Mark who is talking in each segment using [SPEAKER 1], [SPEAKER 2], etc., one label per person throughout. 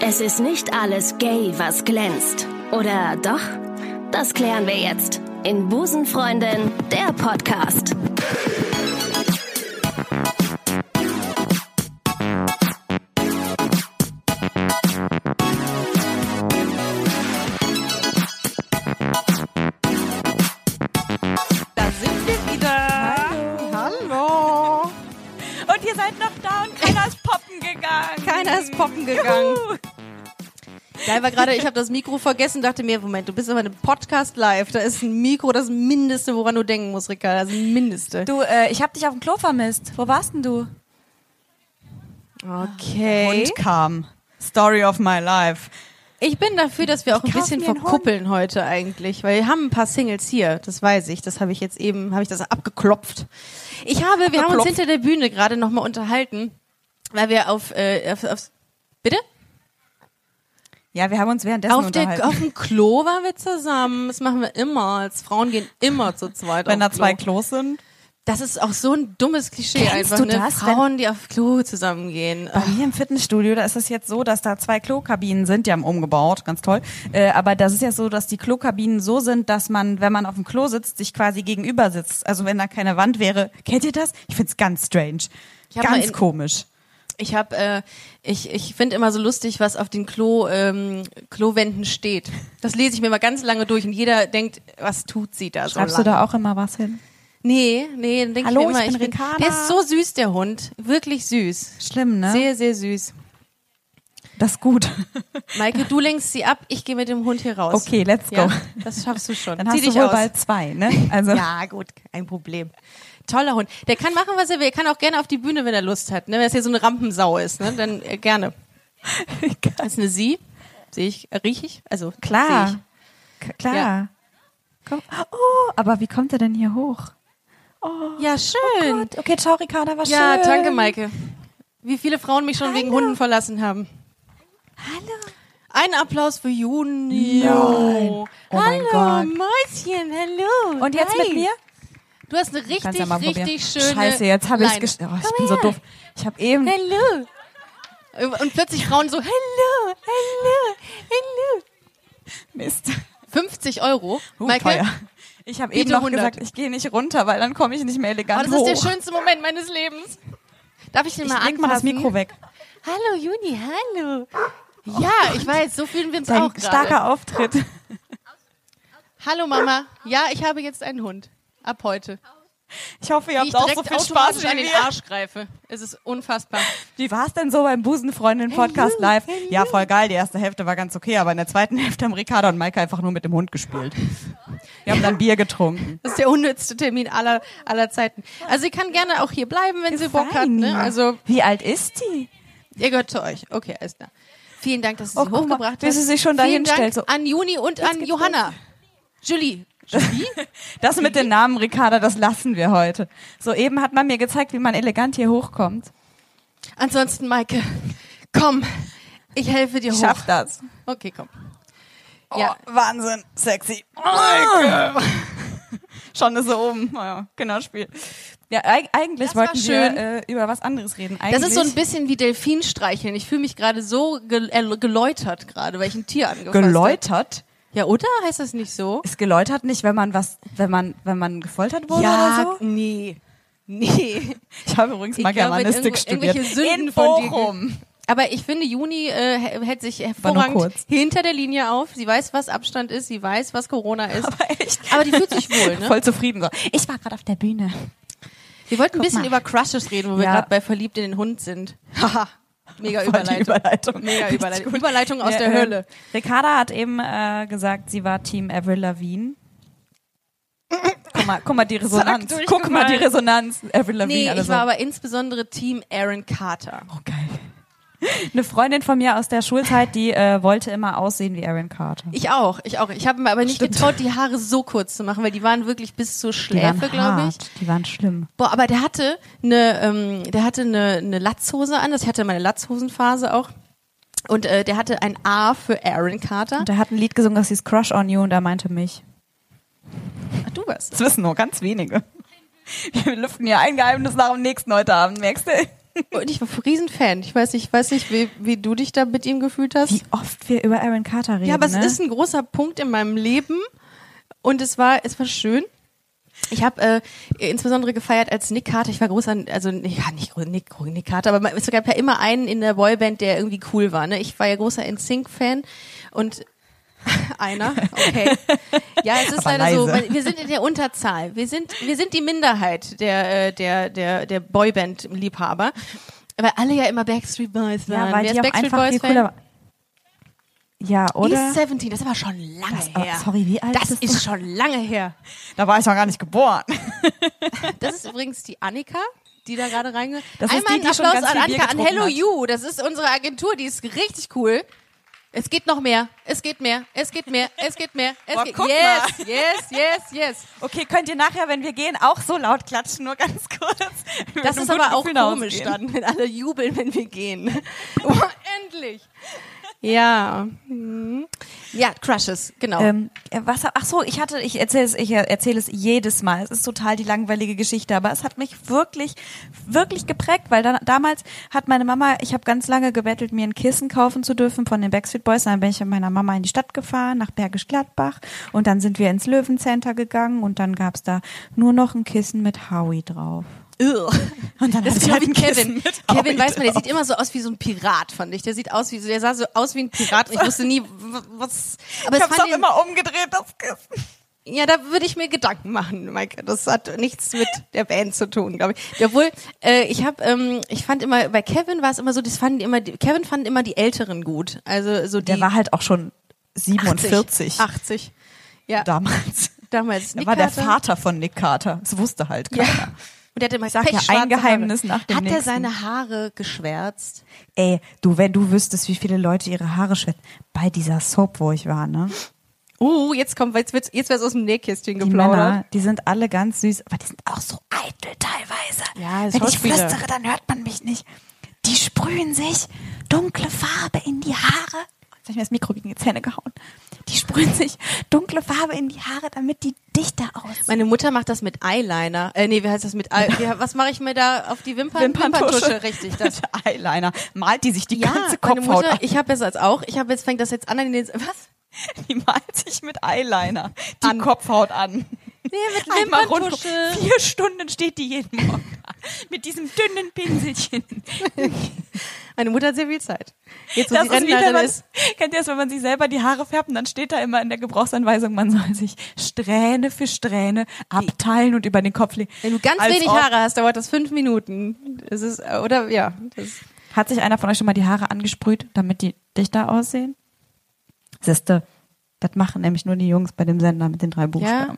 [SPEAKER 1] Es ist nicht alles gay, was glänzt. Oder doch? Das klären wir jetzt in Busenfreundin, der Podcast.
[SPEAKER 2] Da sind wir wieder.
[SPEAKER 3] Hallo!
[SPEAKER 2] Und ihr seid noch da und keiner ist poppen gegangen.
[SPEAKER 3] Keiner ist poppen gegangen. Da war gerade, ich habe das Mikro vergessen, dachte mir, Moment, du bist aber in einem Podcast live. Da ist ein Mikro das Mindeste, woran du denken musst, Rika. Das Mindeste.
[SPEAKER 2] Du, äh, ich hab dich auf dem Klo vermisst. Wo warst denn du?
[SPEAKER 3] Okay.
[SPEAKER 4] Hund kam. Story of my life.
[SPEAKER 3] ich bin dafür, dass wir auch ein
[SPEAKER 2] kaufen
[SPEAKER 3] bisschen
[SPEAKER 2] mir einen
[SPEAKER 3] verkuppeln heute eigentlich, weil wir haben ein paar Singles hier, das weiß ich. Das habe ich jetzt eben, habe ich das abgeklopft. Ich habe, wir haben uns
[SPEAKER 4] Abgeklopft.
[SPEAKER 3] hinter der Bühne gerade nochmal unterhalten, weil wir auf, äh, auf, auf bitte?
[SPEAKER 4] Ja, wir haben uns währenddessen
[SPEAKER 3] Auf,
[SPEAKER 4] unterhalten.
[SPEAKER 3] der, auf dem Klo waren wir zusammen. Das machen wir immer. Als Frauen gehen immer zu zweit
[SPEAKER 4] Wenn da
[SPEAKER 3] auf
[SPEAKER 4] zwei
[SPEAKER 3] Klo.
[SPEAKER 4] Klos sind.
[SPEAKER 3] Das ist auch so ein dummes Klischee
[SPEAKER 4] Kennst
[SPEAKER 3] einfach.
[SPEAKER 4] du
[SPEAKER 3] ne?
[SPEAKER 4] das, wenn-
[SPEAKER 3] Frauen, die auf Klo zusammengehen.
[SPEAKER 4] Bei mir im Fitnessstudio, da ist es jetzt so, dass da zwei Klokabinen sind, die haben umgebaut, ganz toll. Äh, aber das ist ja so, dass die Klokabinen so sind, dass man, wenn man auf dem Klo sitzt, sich quasi gegenüber sitzt. Also wenn da keine Wand wäre. Kennt ihr das? Ich find's ganz strange.
[SPEAKER 3] hab mal
[SPEAKER 4] Ganz
[SPEAKER 3] in-
[SPEAKER 4] komisch.
[SPEAKER 3] Ich habe, äh, ich, ich finde immer so lustig, was auf den Klo, ähm, Klowänden steht. Das lese ich mir mal ganz lange durch und jeder denkt, was tut sie da so
[SPEAKER 4] Schreibst
[SPEAKER 3] lange?
[SPEAKER 4] du da auch immer was hin?
[SPEAKER 3] Nee, nee, dann denke ich
[SPEAKER 4] Hallo,
[SPEAKER 3] mir immer,
[SPEAKER 4] ich bin Ricarda.
[SPEAKER 3] der ist so süß, der Hund. Wirklich süß.
[SPEAKER 4] Schlimm, ne?
[SPEAKER 3] Sehr, sehr süß.
[SPEAKER 4] Das ist gut.
[SPEAKER 3] Maike, du lenkst sie ab, ich gehe mit dem Hund hier raus.
[SPEAKER 4] Okay, let's go.
[SPEAKER 3] Ja, das schaffst du schon.
[SPEAKER 4] Dann
[SPEAKER 3] Zieh
[SPEAKER 4] hast du
[SPEAKER 3] dich
[SPEAKER 4] wohl
[SPEAKER 3] aus.
[SPEAKER 4] bald zwei, ne? Also
[SPEAKER 3] Ja, gut, kein Problem. Toller Hund. Der kann machen, was er will. Er kann auch gerne auf die Bühne, wenn er Lust hat. Ne? Wenn es hier so eine Rampensau ist, ne? dann äh, gerne. Das ist eine Sie. Sehe ich, äh, riech ich? Also,
[SPEAKER 4] Klar.
[SPEAKER 3] seh ich.
[SPEAKER 4] K- Klar. Komm. Oh, aber wie kommt er denn hier hoch?
[SPEAKER 3] Ja, schön.
[SPEAKER 4] Oh Gott, okay, ciao, Ricarda, war
[SPEAKER 3] ja,
[SPEAKER 4] schön.
[SPEAKER 3] danke, Maike. Wie viele Frauen mich schon wegen Hunden verlassen haben. Hallo. Ein Applaus für Juni.
[SPEAKER 4] Nein. Oh mein
[SPEAKER 3] hallo,
[SPEAKER 4] Gott.
[SPEAKER 3] Mäuschen, hallo.
[SPEAKER 4] Und jetzt mit
[SPEAKER 3] Hi.
[SPEAKER 4] mir?
[SPEAKER 3] Du hast eine richtig,
[SPEAKER 4] Kannst ja mal probieren.
[SPEAKER 3] richtig schöne.
[SPEAKER 4] Scheiße, jetzt habe ich
[SPEAKER 3] Leine.
[SPEAKER 4] es oh,
[SPEAKER 3] Komm
[SPEAKER 4] Ich bin so
[SPEAKER 3] her.
[SPEAKER 4] doof. Ich habe eben.
[SPEAKER 3] Hallo. Und plötzlich Frauen so, hallo, hallo, hallo.
[SPEAKER 4] Mist.
[SPEAKER 3] 50 Euro.
[SPEAKER 4] Uh,
[SPEAKER 3] Maike,
[SPEAKER 4] teuer. Ich habe eben
[SPEAKER 3] biete
[SPEAKER 4] noch
[SPEAKER 3] 100.
[SPEAKER 4] gesagt, ich gehe nicht runter, weil dann komme ich nicht mehr
[SPEAKER 3] Oh,
[SPEAKER 4] elegant
[SPEAKER 3] das ist
[SPEAKER 4] hoch.
[SPEAKER 3] der schönste Moment meines Lebens. Darf ich den
[SPEAKER 4] ich
[SPEAKER 3] mal
[SPEAKER 4] leg
[SPEAKER 3] anfassen?
[SPEAKER 4] mal das Mikro weg. Oh.
[SPEAKER 3] Hallo, Juni, hallo. Ja, ich weiß, so fühlen wir uns
[SPEAKER 4] Dein
[SPEAKER 3] auch gerade.
[SPEAKER 4] starker Auftritt.
[SPEAKER 3] Hallo, Mama. Ja, ich habe jetzt einen Hund. Ab heute.
[SPEAKER 4] Ich hoffe, ihr
[SPEAKER 3] Wie
[SPEAKER 4] habt
[SPEAKER 3] ich
[SPEAKER 4] auch
[SPEAKER 3] direkt
[SPEAKER 4] so viel
[SPEAKER 3] automatisch
[SPEAKER 4] Spaß wie
[SPEAKER 3] an den
[SPEAKER 4] wir.
[SPEAKER 3] Arsch greife. Es ist unfassbar.
[SPEAKER 4] Wie war es denn so beim Busenfreundin-Podcast live? Ja, voll geil. Die erste Hälfte war ganz okay, aber in der zweiten Hälfte haben Ricarda und Maike einfach nur mit dem Hund gespielt. Wir haben dann Bier getrunken.
[SPEAKER 3] Das ist der unnützte Termin aller, aller Zeiten. Also sie kann gerne auch hier bleiben, wenn sie Bock hat. Ne? Also
[SPEAKER 4] Wie alt ist die?
[SPEAKER 3] Ihr gehört zu euch. Okay, alles klar. Vielen Dank, dass du
[SPEAKER 4] Oh,
[SPEAKER 3] sie
[SPEAKER 4] guck mal,
[SPEAKER 3] hochgebracht hast.
[SPEAKER 4] wie sie sich schon
[SPEAKER 3] Vielen
[SPEAKER 4] dahin
[SPEAKER 3] Dank
[SPEAKER 4] stellt, so.
[SPEAKER 3] an Juni und an
[SPEAKER 4] geht's
[SPEAKER 3] Johanna. Julie.
[SPEAKER 4] Das mit den Namen, Ricarda, das lassen wir heute. Soeben hat man mir gezeigt, wie man elegant hier hochkommt.
[SPEAKER 3] Ansonsten, Maike, komm. Ich helfe dir
[SPEAKER 4] Ich
[SPEAKER 3] hoch.
[SPEAKER 4] schaff das.
[SPEAKER 3] Okay, komm.
[SPEAKER 4] Oh,
[SPEAKER 3] Ja.
[SPEAKER 4] Wahnsinn, sexy. Maike. Schon ist sie oben. Ja, genau, Spiel. Ja, eig eigentlich
[SPEAKER 3] Das war
[SPEAKER 4] wollten
[SPEAKER 3] schön.
[SPEAKER 4] wir äh, über was anderes reden. Eigentlich,
[SPEAKER 3] Das ist so ein bisschen wie Delfin streicheln. Ich fühle mich gerade so gel äh, geläutert gerade, weil ich ein Tier angefasst habe.
[SPEAKER 4] geläutert.
[SPEAKER 3] Ja, oder? Heißt das nicht so?
[SPEAKER 4] Ist geläutert nicht, wenn man was, wenn man, wenn man gefoltert wurde oder so?
[SPEAKER 3] nee. Nee.
[SPEAKER 4] Ich habe übrigens
[SPEAKER 3] Ich
[SPEAKER 4] mal
[SPEAKER 3] glaube,
[SPEAKER 4] Germanistik
[SPEAKER 3] irgendwo-
[SPEAKER 4] studiert.
[SPEAKER 3] irgendwelche Sünden
[SPEAKER 4] In
[SPEAKER 3] von dir-
[SPEAKER 4] Bochum.
[SPEAKER 3] Aber ich finde, Juni äh, hä- hält sich
[SPEAKER 4] War nur
[SPEAKER 3] hervorragend
[SPEAKER 4] kurz.
[SPEAKER 3] hinter der Linie auf. Sie weiß, was Abstand ist. Sie weiß, was Corona ist.
[SPEAKER 4] Aber echt.
[SPEAKER 3] Aber die fühlt sich wohl, ne?
[SPEAKER 4] Voll zufrieden. So. Ich war gerade auf der Bühne.
[SPEAKER 3] Wir wollten ein bisschen
[SPEAKER 4] mal.
[SPEAKER 3] über Crushes reden, wo wir
[SPEAKER 4] Ja.
[SPEAKER 3] gerade bei verliebt in den Hund sind. Haha. Mega
[SPEAKER 4] Voll die
[SPEAKER 3] Überleitung.
[SPEAKER 4] Überleitung.
[SPEAKER 3] Mega
[SPEAKER 4] Richtig
[SPEAKER 3] Überleitung.
[SPEAKER 4] gut.
[SPEAKER 3] Überleitung aus
[SPEAKER 4] Ja,
[SPEAKER 3] der
[SPEAKER 4] ähm,
[SPEAKER 3] Hölle.
[SPEAKER 4] Ricarda hat eben äh, gesagt, sie war Team Avril Lavigne. guck, mal, guck mal die Resonanz.
[SPEAKER 3] Zack,
[SPEAKER 4] Guck mal die Resonanz. Avril Lavigne.
[SPEAKER 3] Nee,
[SPEAKER 4] alle
[SPEAKER 3] ich
[SPEAKER 4] so.
[SPEAKER 3] war aber insbesondere Team Aaron Carter.
[SPEAKER 4] oh, geil. Eine Freundin von mir aus der Schulzeit, die äh, wollte immer aussehen wie Aaron Carter.
[SPEAKER 3] Ich auch, ich auch. Ich habe mir aber nicht getraut, die Haare so kurz zu machen, weil die waren wirklich bis zur Schläfe, glaube ich.
[SPEAKER 4] Die waren schlimm.
[SPEAKER 3] Boah, aber der hatte eine, ähm, der hatte eine, eine Latzhose an. Das hatte meine Latzhosenphase auch. Und äh, der hatte ein A für Aaron Carter.
[SPEAKER 4] Und er hat ein Lied gesungen, das hieß Crush on You und er meinte mich.
[SPEAKER 3] Ach, du warst.
[SPEAKER 4] Das wissen nur ganz wenige. Wir lüften hier ein Geheimnis nach dem nächsten heute Abend, merkst du?
[SPEAKER 3] Und ich war ein Riesenfan. Ich weiß nicht, ich weiß nicht wie, wie du dich da mit ihm gefühlt hast.
[SPEAKER 4] Wie oft wir über Aaron Carter reden.
[SPEAKER 3] ja, aber es
[SPEAKER 4] ne?
[SPEAKER 3] ist ein großer Punkt in meinem Leben und es war, es war schön. Ich habe äh, insbesondere gefeiert, als Nick Carter, ich war groß an, also nicht- ja, nicht groß- Nick, Nick Carter, aber man- es gab ja immer einen in der Boyband, der irgendwie cool war. Ne? Ich war ja großer NSYNC-Fan und einer, okay. Ja, es ist
[SPEAKER 4] Aber
[SPEAKER 3] leider so,
[SPEAKER 4] leise.
[SPEAKER 3] man, wir sind in der Unterzahl. Wir sind, wir sind die Minderheit der, äh, der, der, der Boyband-Liebhaber. Weil alle ja immer Backstreet Boys waren.
[SPEAKER 4] ja, weil
[SPEAKER 3] Wer
[SPEAKER 4] die
[SPEAKER 3] ist
[SPEAKER 4] auch
[SPEAKER 3] Backstreet
[SPEAKER 4] einfach viel
[SPEAKER 3] Boys-Fan?
[SPEAKER 4] cooler war. Ja, oder?
[SPEAKER 3] Die 17, das ist aber schon lange
[SPEAKER 4] Das- oh,
[SPEAKER 3] her.
[SPEAKER 4] sorry, wie alt
[SPEAKER 3] das
[SPEAKER 4] ist
[SPEAKER 3] ist
[SPEAKER 4] das?
[SPEAKER 3] schon lange her.
[SPEAKER 4] Da war ich noch gar nicht geboren.
[SPEAKER 3] Das ist übrigens die Annika, die da gerade reinge.
[SPEAKER 4] Das ist
[SPEAKER 3] Einmal
[SPEAKER 4] die, die
[SPEAKER 3] einen
[SPEAKER 4] schon
[SPEAKER 3] Applaus
[SPEAKER 4] ganz
[SPEAKER 3] an
[SPEAKER 4] viel Bier
[SPEAKER 3] Annika, an
[SPEAKER 4] getrunken
[SPEAKER 3] Hello You.
[SPEAKER 4] hat.
[SPEAKER 3] Das ist unsere Agentur, die ist richtig cool. Es geht noch mehr, es geht mehr, es geht mehr, es geht mehr, es
[SPEAKER 4] Boah,
[SPEAKER 3] geht
[SPEAKER 4] guck
[SPEAKER 3] Yes, yes, yes, yes.
[SPEAKER 4] Okay, könnt ihr nachher, wenn wir gehen, auch so laut klatschen, nur ganz kurz. Mit
[SPEAKER 3] Das
[SPEAKER 4] einem
[SPEAKER 3] ist
[SPEAKER 4] guten
[SPEAKER 3] aber auch
[SPEAKER 4] Gefühl nach Hause
[SPEAKER 3] komisch
[SPEAKER 4] gehen.
[SPEAKER 3] dann, wenn alle jubeln, wenn wir gehen. oh, endlich. Ja. hm. Ja, Crushes, genau.
[SPEAKER 4] Ähm, äh, was, hab- ach so, ich hatte, ich erzähle es, ich erzähle es jedes Mal. Es ist total die langweilige Geschichte, aber es hat mich wirklich, wirklich geprägt, weil dann, damals hat meine Mama, ich habe ganz lange gebettelt, mir ein Kissen kaufen zu dürfen von den Backstreet Boys. Dann bin ich mit meiner Mama in die Stadt gefahren, nach Bergisch Gladbach und dann sind wir ins Löwencenter gegangen und dann gab's da nur noch ein Kissen mit Howie drauf. Und dann
[SPEAKER 3] Das
[SPEAKER 4] hatte
[SPEAKER 3] ist
[SPEAKER 4] ich
[SPEAKER 3] genau wie
[SPEAKER 4] ein Kissen
[SPEAKER 3] Kevin.
[SPEAKER 4] mit
[SPEAKER 3] Kevin
[SPEAKER 4] Howie
[SPEAKER 3] weiß man, der
[SPEAKER 4] drauf.
[SPEAKER 3] sieht immer so aus wie so ein Pirat, fand ich. Der sieht aus wie, der sah so aus wie ein Pirat. und Ich wusste nie, w- was. Aber
[SPEAKER 4] Ich
[SPEAKER 3] es
[SPEAKER 4] hab's
[SPEAKER 3] fand
[SPEAKER 4] auch
[SPEAKER 3] ihn-
[SPEAKER 4] immer umgedreht, das Kissen.
[SPEAKER 3] ja, da würde ich mir Gedanken machen, Maike. Das hat nichts mit der Band zu tun, glaube ich. Obwohl, äh, ich habe, ähm, ich fand immer, bei Kevin war es immer so, das fanden immer, die, Kevin fand immer die Älteren gut. Also so die
[SPEAKER 4] Der war halt auch schon 47
[SPEAKER 3] 80. 80. Ja,
[SPEAKER 4] damals.
[SPEAKER 3] damals.
[SPEAKER 4] Er
[SPEAKER 3] Nick
[SPEAKER 4] war der
[SPEAKER 3] Carter.
[SPEAKER 4] Vater von Nick Carter. Das wusste halt keiner.
[SPEAKER 3] Ja. Und der hatte immer
[SPEAKER 4] sag ja,
[SPEAKER 3] pechschwarze
[SPEAKER 4] ein Geheimnis
[SPEAKER 3] Haare.
[SPEAKER 4] nach dem
[SPEAKER 3] Hat er
[SPEAKER 4] nächsten.
[SPEAKER 3] seine Haare geschwärzt?
[SPEAKER 4] Ey, du, wenn du wüsstest, wie viele Leute ihre Haare schwätzen. Bei dieser Soap, wo ich war, ne?
[SPEAKER 3] Oh, jetzt kommt, jetzt wird's, jetzt wird's aus dem Nähkästchen
[SPEAKER 4] Die
[SPEAKER 3] geplaudert.
[SPEAKER 4] Männer, die sind alle ganz süß, aber die sind auch so eitel teilweise.
[SPEAKER 3] Ja, das
[SPEAKER 4] wenn ich
[SPEAKER 3] Schauspieler.
[SPEAKER 4] flüstere, dann hört man mich nicht. Die sprühen sich dunkle Farbe in die Haare. Jetzt hab ich mir das Mikro gegen die Zähne gehauen. Die sprühen sich dunkle Farbe in die Haare, damit die dichter aussehen.
[SPEAKER 3] Meine Mutter macht das mit Eyeliner. Äh, nee, wie heißt das mit Eye ja, Was mache ich mir da auf die Wimpern? richtig. Das.
[SPEAKER 4] Eyeliner. Malt die sich die
[SPEAKER 3] Ja,
[SPEAKER 4] ganze
[SPEAKER 3] meine
[SPEAKER 4] Kopfhaut
[SPEAKER 3] Mutter,
[SPEAKER 4] an.
[SPEAKER 3] ich habe das als auch. Ich habe jetzt fängt das jetzt an an den was?
[SPEAKER 4] Die malt sich mit Eyeliner die
[SPEAKER 3] An.
[SPEAKER 4] Kopfhaut an.
[SPEAKER 3] Nee, mit
[SPEAKER 4] Einmal rund.
[SPEAKER 3] Wimperntusche.
[SPEAKER 4] Vier Stunden steht die jeden Morgen da. mit diesem dünnen Pinselchen.
[SPEAKER 3] Meine Mutter hat sehr viel Zeit. Jetzt wo sie Rentnerin
[SPEAKER 4] man,
[SPEAKER 3] ist.
[SPEAKER 4] kennt ihr das, wenn man sich selber die Haare färbt und dann steht da immer in der Gebrauchsanweisung, man soll sich Strähne für Strähne abteilen und über den Kopf legen.
[SPEAKER 3] Wenn du ganz
[SPEAKER 4] Als
[SPEAKER 3] wenig
[SPEAKER 4] ob-
[SPEAKER 3] Haare hast, dauert das fünf Minuten. Das ist äh, oder ja. Das,
[SPEAKER 4] Hat sich einer von euch schon mal die Haare angesprüht, damit die dichter aussehen? Siehste, das machen nämlich nur die Jungs bei dem Sender mit den drei Buchstaben.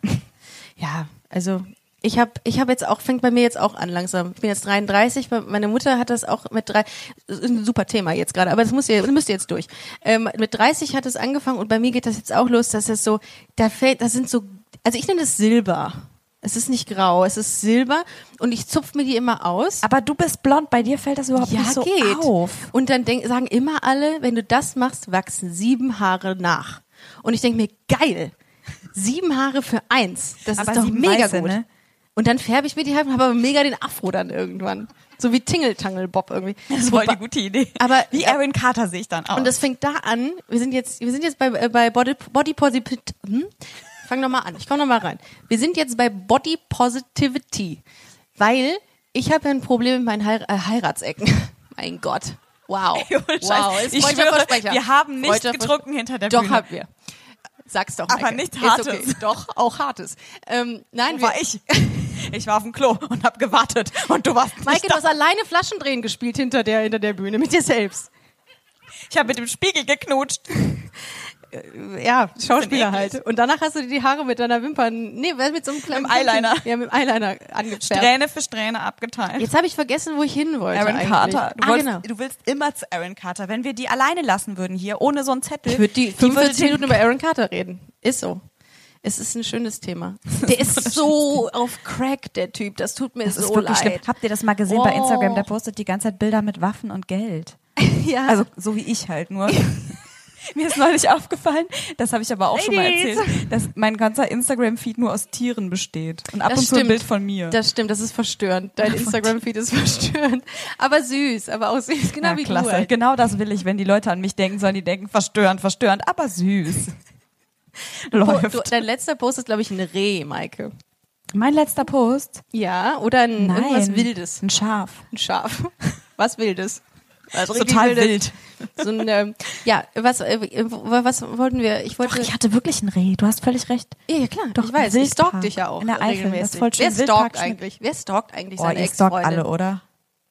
[SPEAKER 3] ja, also ich habe ich hab jetzt auch, fängt bei mir jetzt auch an langsam. Ich bin jetzt 33, me- meine Mutter hat das auch mit drei, das ist ein super Thema jetzt gerade, aber das muss ihr, das müsst ihr jetzt durch. Ähm, mit 30 hat es angefangen und bei mir geht das jetzt auch los, dass es so, da fällt, das sind so, also ich nenne das Silber. Es ist nicht grau, es ist Silber und ich zupf mir die immer aus.
[SPEAKER 4] Aber du bist blond, bei dir fällt das überhaupt
[SPEAKER 3] Ja,
[SPEAKER 4] nicht so
[SPEAKER 3] geht.
[SPEAKER 4] auf.
[SPEAKER 3] Und dann denk, sagen immer alle, wenn du das machst, wachsen sieben Haare nach. Und ich denke mir, geil, sieben Haare für eins. Das
[SPEAKER 4] Aber
[SPEAKER 3] ist doch
[SPEAKER 4] sieben
[SPEAKER 3] mega
[SPEAKER 4] weiße,
[SPEAKER 3] gut.
[SPEAKER 4] ne?
[SPEAKER 3] Und dann färbe ich mir die halben, habe aber mega den Afro dann irgendwann. So wie Tingle-Tangle Bob irgendwie.
[SPEAKER 4] Das war die gute Idee.
[SPEAKER 3] Aber-
[SPEAKER 4] wie Aaron Carter sehe ich dann aus.
[SPEAKER 3] Und das fängt da an. Wir sind jetzt, wir sind jetzt bei, äh, bei Body, Body Positivity. Hm? Fang nochmal an. Ich komme nochmal rein. Wir sind jetzt bei Body Positivity. Weil ich habe ja ein Problem mit meinen Heir äh, Heiratsecken. mein Gott. Wow.
[SPEAKER 4] Ohne Scheiß.
[SPEAKER 3] wow. Ist
[SPEAKER 4] ich
[SPEAKER 3] freudscher
[SPEAKER 4] schwöre,
[SPEAKER 3] Versprecher.
[SPEAKER 4] wir haben nicht
[SPEAKER 3] Freudscher
[SPEAKER 4] getrunken hinter der
[SPEAKER 3] Doch,
[SPEAKER 4] Bühne.
[SPEAKER 3] haben wir. Sag's doch.
[SPEAKER 4] Aber
[SPEAKER 3] Maike.
[SPEAKER 4] nicht
[SPEAKER 3] Ist
[SPEAKER 4] Hartes.
[SPEAKER 3] Okay. Doch, auch hartes. Ähm, nein,
[SPEAKER 4] Wo
[SPEAKER 3] wir,
[SPEAKER 4] war ich? Ich war auf dem Klo und habe gewartet und du warst
[SPEAKER 3] Maike,
[SPEAKER 4] nicht
[SPEAKER 3] du
[SPEAKER 4] da.
[SPEAKER 3] hast alleine Flaschendrehen gespielt hinter der, hinter der Bühne mit dir selbst.
[SPEAKER 4] Ich habe mit dem Spiegel geknutscht.
[SPEAKER 3] Äh, ja, Schauspieler
[SPEAKER 4] eklig.
[SPEAKER 3] halt. Und danach hast du dir die Haare mit deiner Wimpern, nee, weil mit so einem kleinen
[SPEAKER 4] Mit dem Eyeliner.
[SPEAKER 3] Ja, mit dem Eyeliner angefärbt.
[SPEAKER 4] Strähne für Strähne abgeteilt.
[SPEAKER 3] Jetzt habe ich vergessen, wo ich hin wollte
[SPEAKER 4] Aaron
[SPEAKER 3] eigentlich.
[SPEAKER 4] Carter. Du,
[SPEAKER 3] Ah,
[SPEAKER 4] wolltest,
[SPEAKER 3] genau.
[SPEAKER 4] du willst immer zu Aaron Carter. Wenn wir die alleine lassen würden hier, ohne so einen Zettel.
[SPEAKER 3] Ich würde die
[SPEAKER 4] würde
[SPEAKER 3] 45
[SPEAKER 4] den-
[SPEAKER 3] Minuten über Aaron Carter reden. Ist so. Es ist ein schönes Thema. Der ist so auf Crack, der Typ. Das tut mir
[SPEAKER 4] Das ist
[SPEAKER 3] so
[SPEAKER 4] wirklich schlimm.
[SPEAKER 3] leid.
[SPEAKER 4] Habt ihr das mal gesehen bei
[SPEAKER 3] Oh.
[SPEAKER 4] Instagram? Der postet die ganze Zeit Bilder mit Waffen und Geld.
[SPEAKER 3] Ja.
[SPEAKER 4] Also so wie ich halt nur. Mir ist neulich aufgefallen, das habe ich aber auch schon mal
[SPEAKER 3] Ladies.
[SPEAKER 4] erzählt, dass mein ganzer Instagram-Feed nur aus Tieren besteht. Und ab
[SPEAKER 3] Das
[SPEAKER 4] und zu ein
[SPEAKER 3] stimmt.
[SPEAKER 4] Bild von mir.
[SPEAKER 3] Das stimmt, das ist verstörend. Dein Instagram-Feed ist verstörend. Aber süß, aber auch süß, genau
[SPEAKER 4] Ja,
[SPEAKER 3] wie
[SPEAKER 4] klasse.
[SPEAKER 3] du. Halt.
[SPEAKER 4] Genau das will ich, wenn die Leute an mich denken, sollen die denken, verstörend, verstörend, aber süß.
[SPEAKER 3] Po-
[SPEAKER 4] Läuft.
[SPEAKER 3] Du, dein letzter Post ist, glaube ich, ein Reh, Maike.
[SPEAKER 4] äh, mein letzter Post.
[SPEAKER 3] Ja, oder ein irgendwas Wildes.
[SPEAKER 4] Ein Schaf.
[SPEAKER 3] Ein Schaf. Was Wildes. Was richtig
[SPEAKER 4] Total wild.
[SPEAKER 3] So ein, ähm, ja, was, äh, wo- was wollten wir? Ich wollte.
[SPEAKER 4] Ich hatte wirklich ein Reh. Du hast völlig recht.
[SPEAKER 3] Ja, ja, klar,
[SPEAKER 4] Doch,
[SPEAKER 3] ich weiß. Ich
[SPEAKER 4] Wildpark.
[SPEAKER 3] stalk dich ja auch.
[SPEAKER 4] In der Eifel, das
[SPEAKER 3] regelmäßig.
[SPEAKER 4] ist voll schön.
[SPEAKER 3] Wer
[SPEAKER 4] Wildpark
[SPEAKER 3] stalkt
[SPEAKER 4] schmeckt-
[SPEAKER 3] eigentlich? Wer stalkt eigentlich
[SPEAKER 4] Boah,
[SPEAKER 3] seine
[SPEAKER 4] ihr stalkt
[SPEAKER 3] Ex-Freundin?
[SPEAKER 4] alle, oder?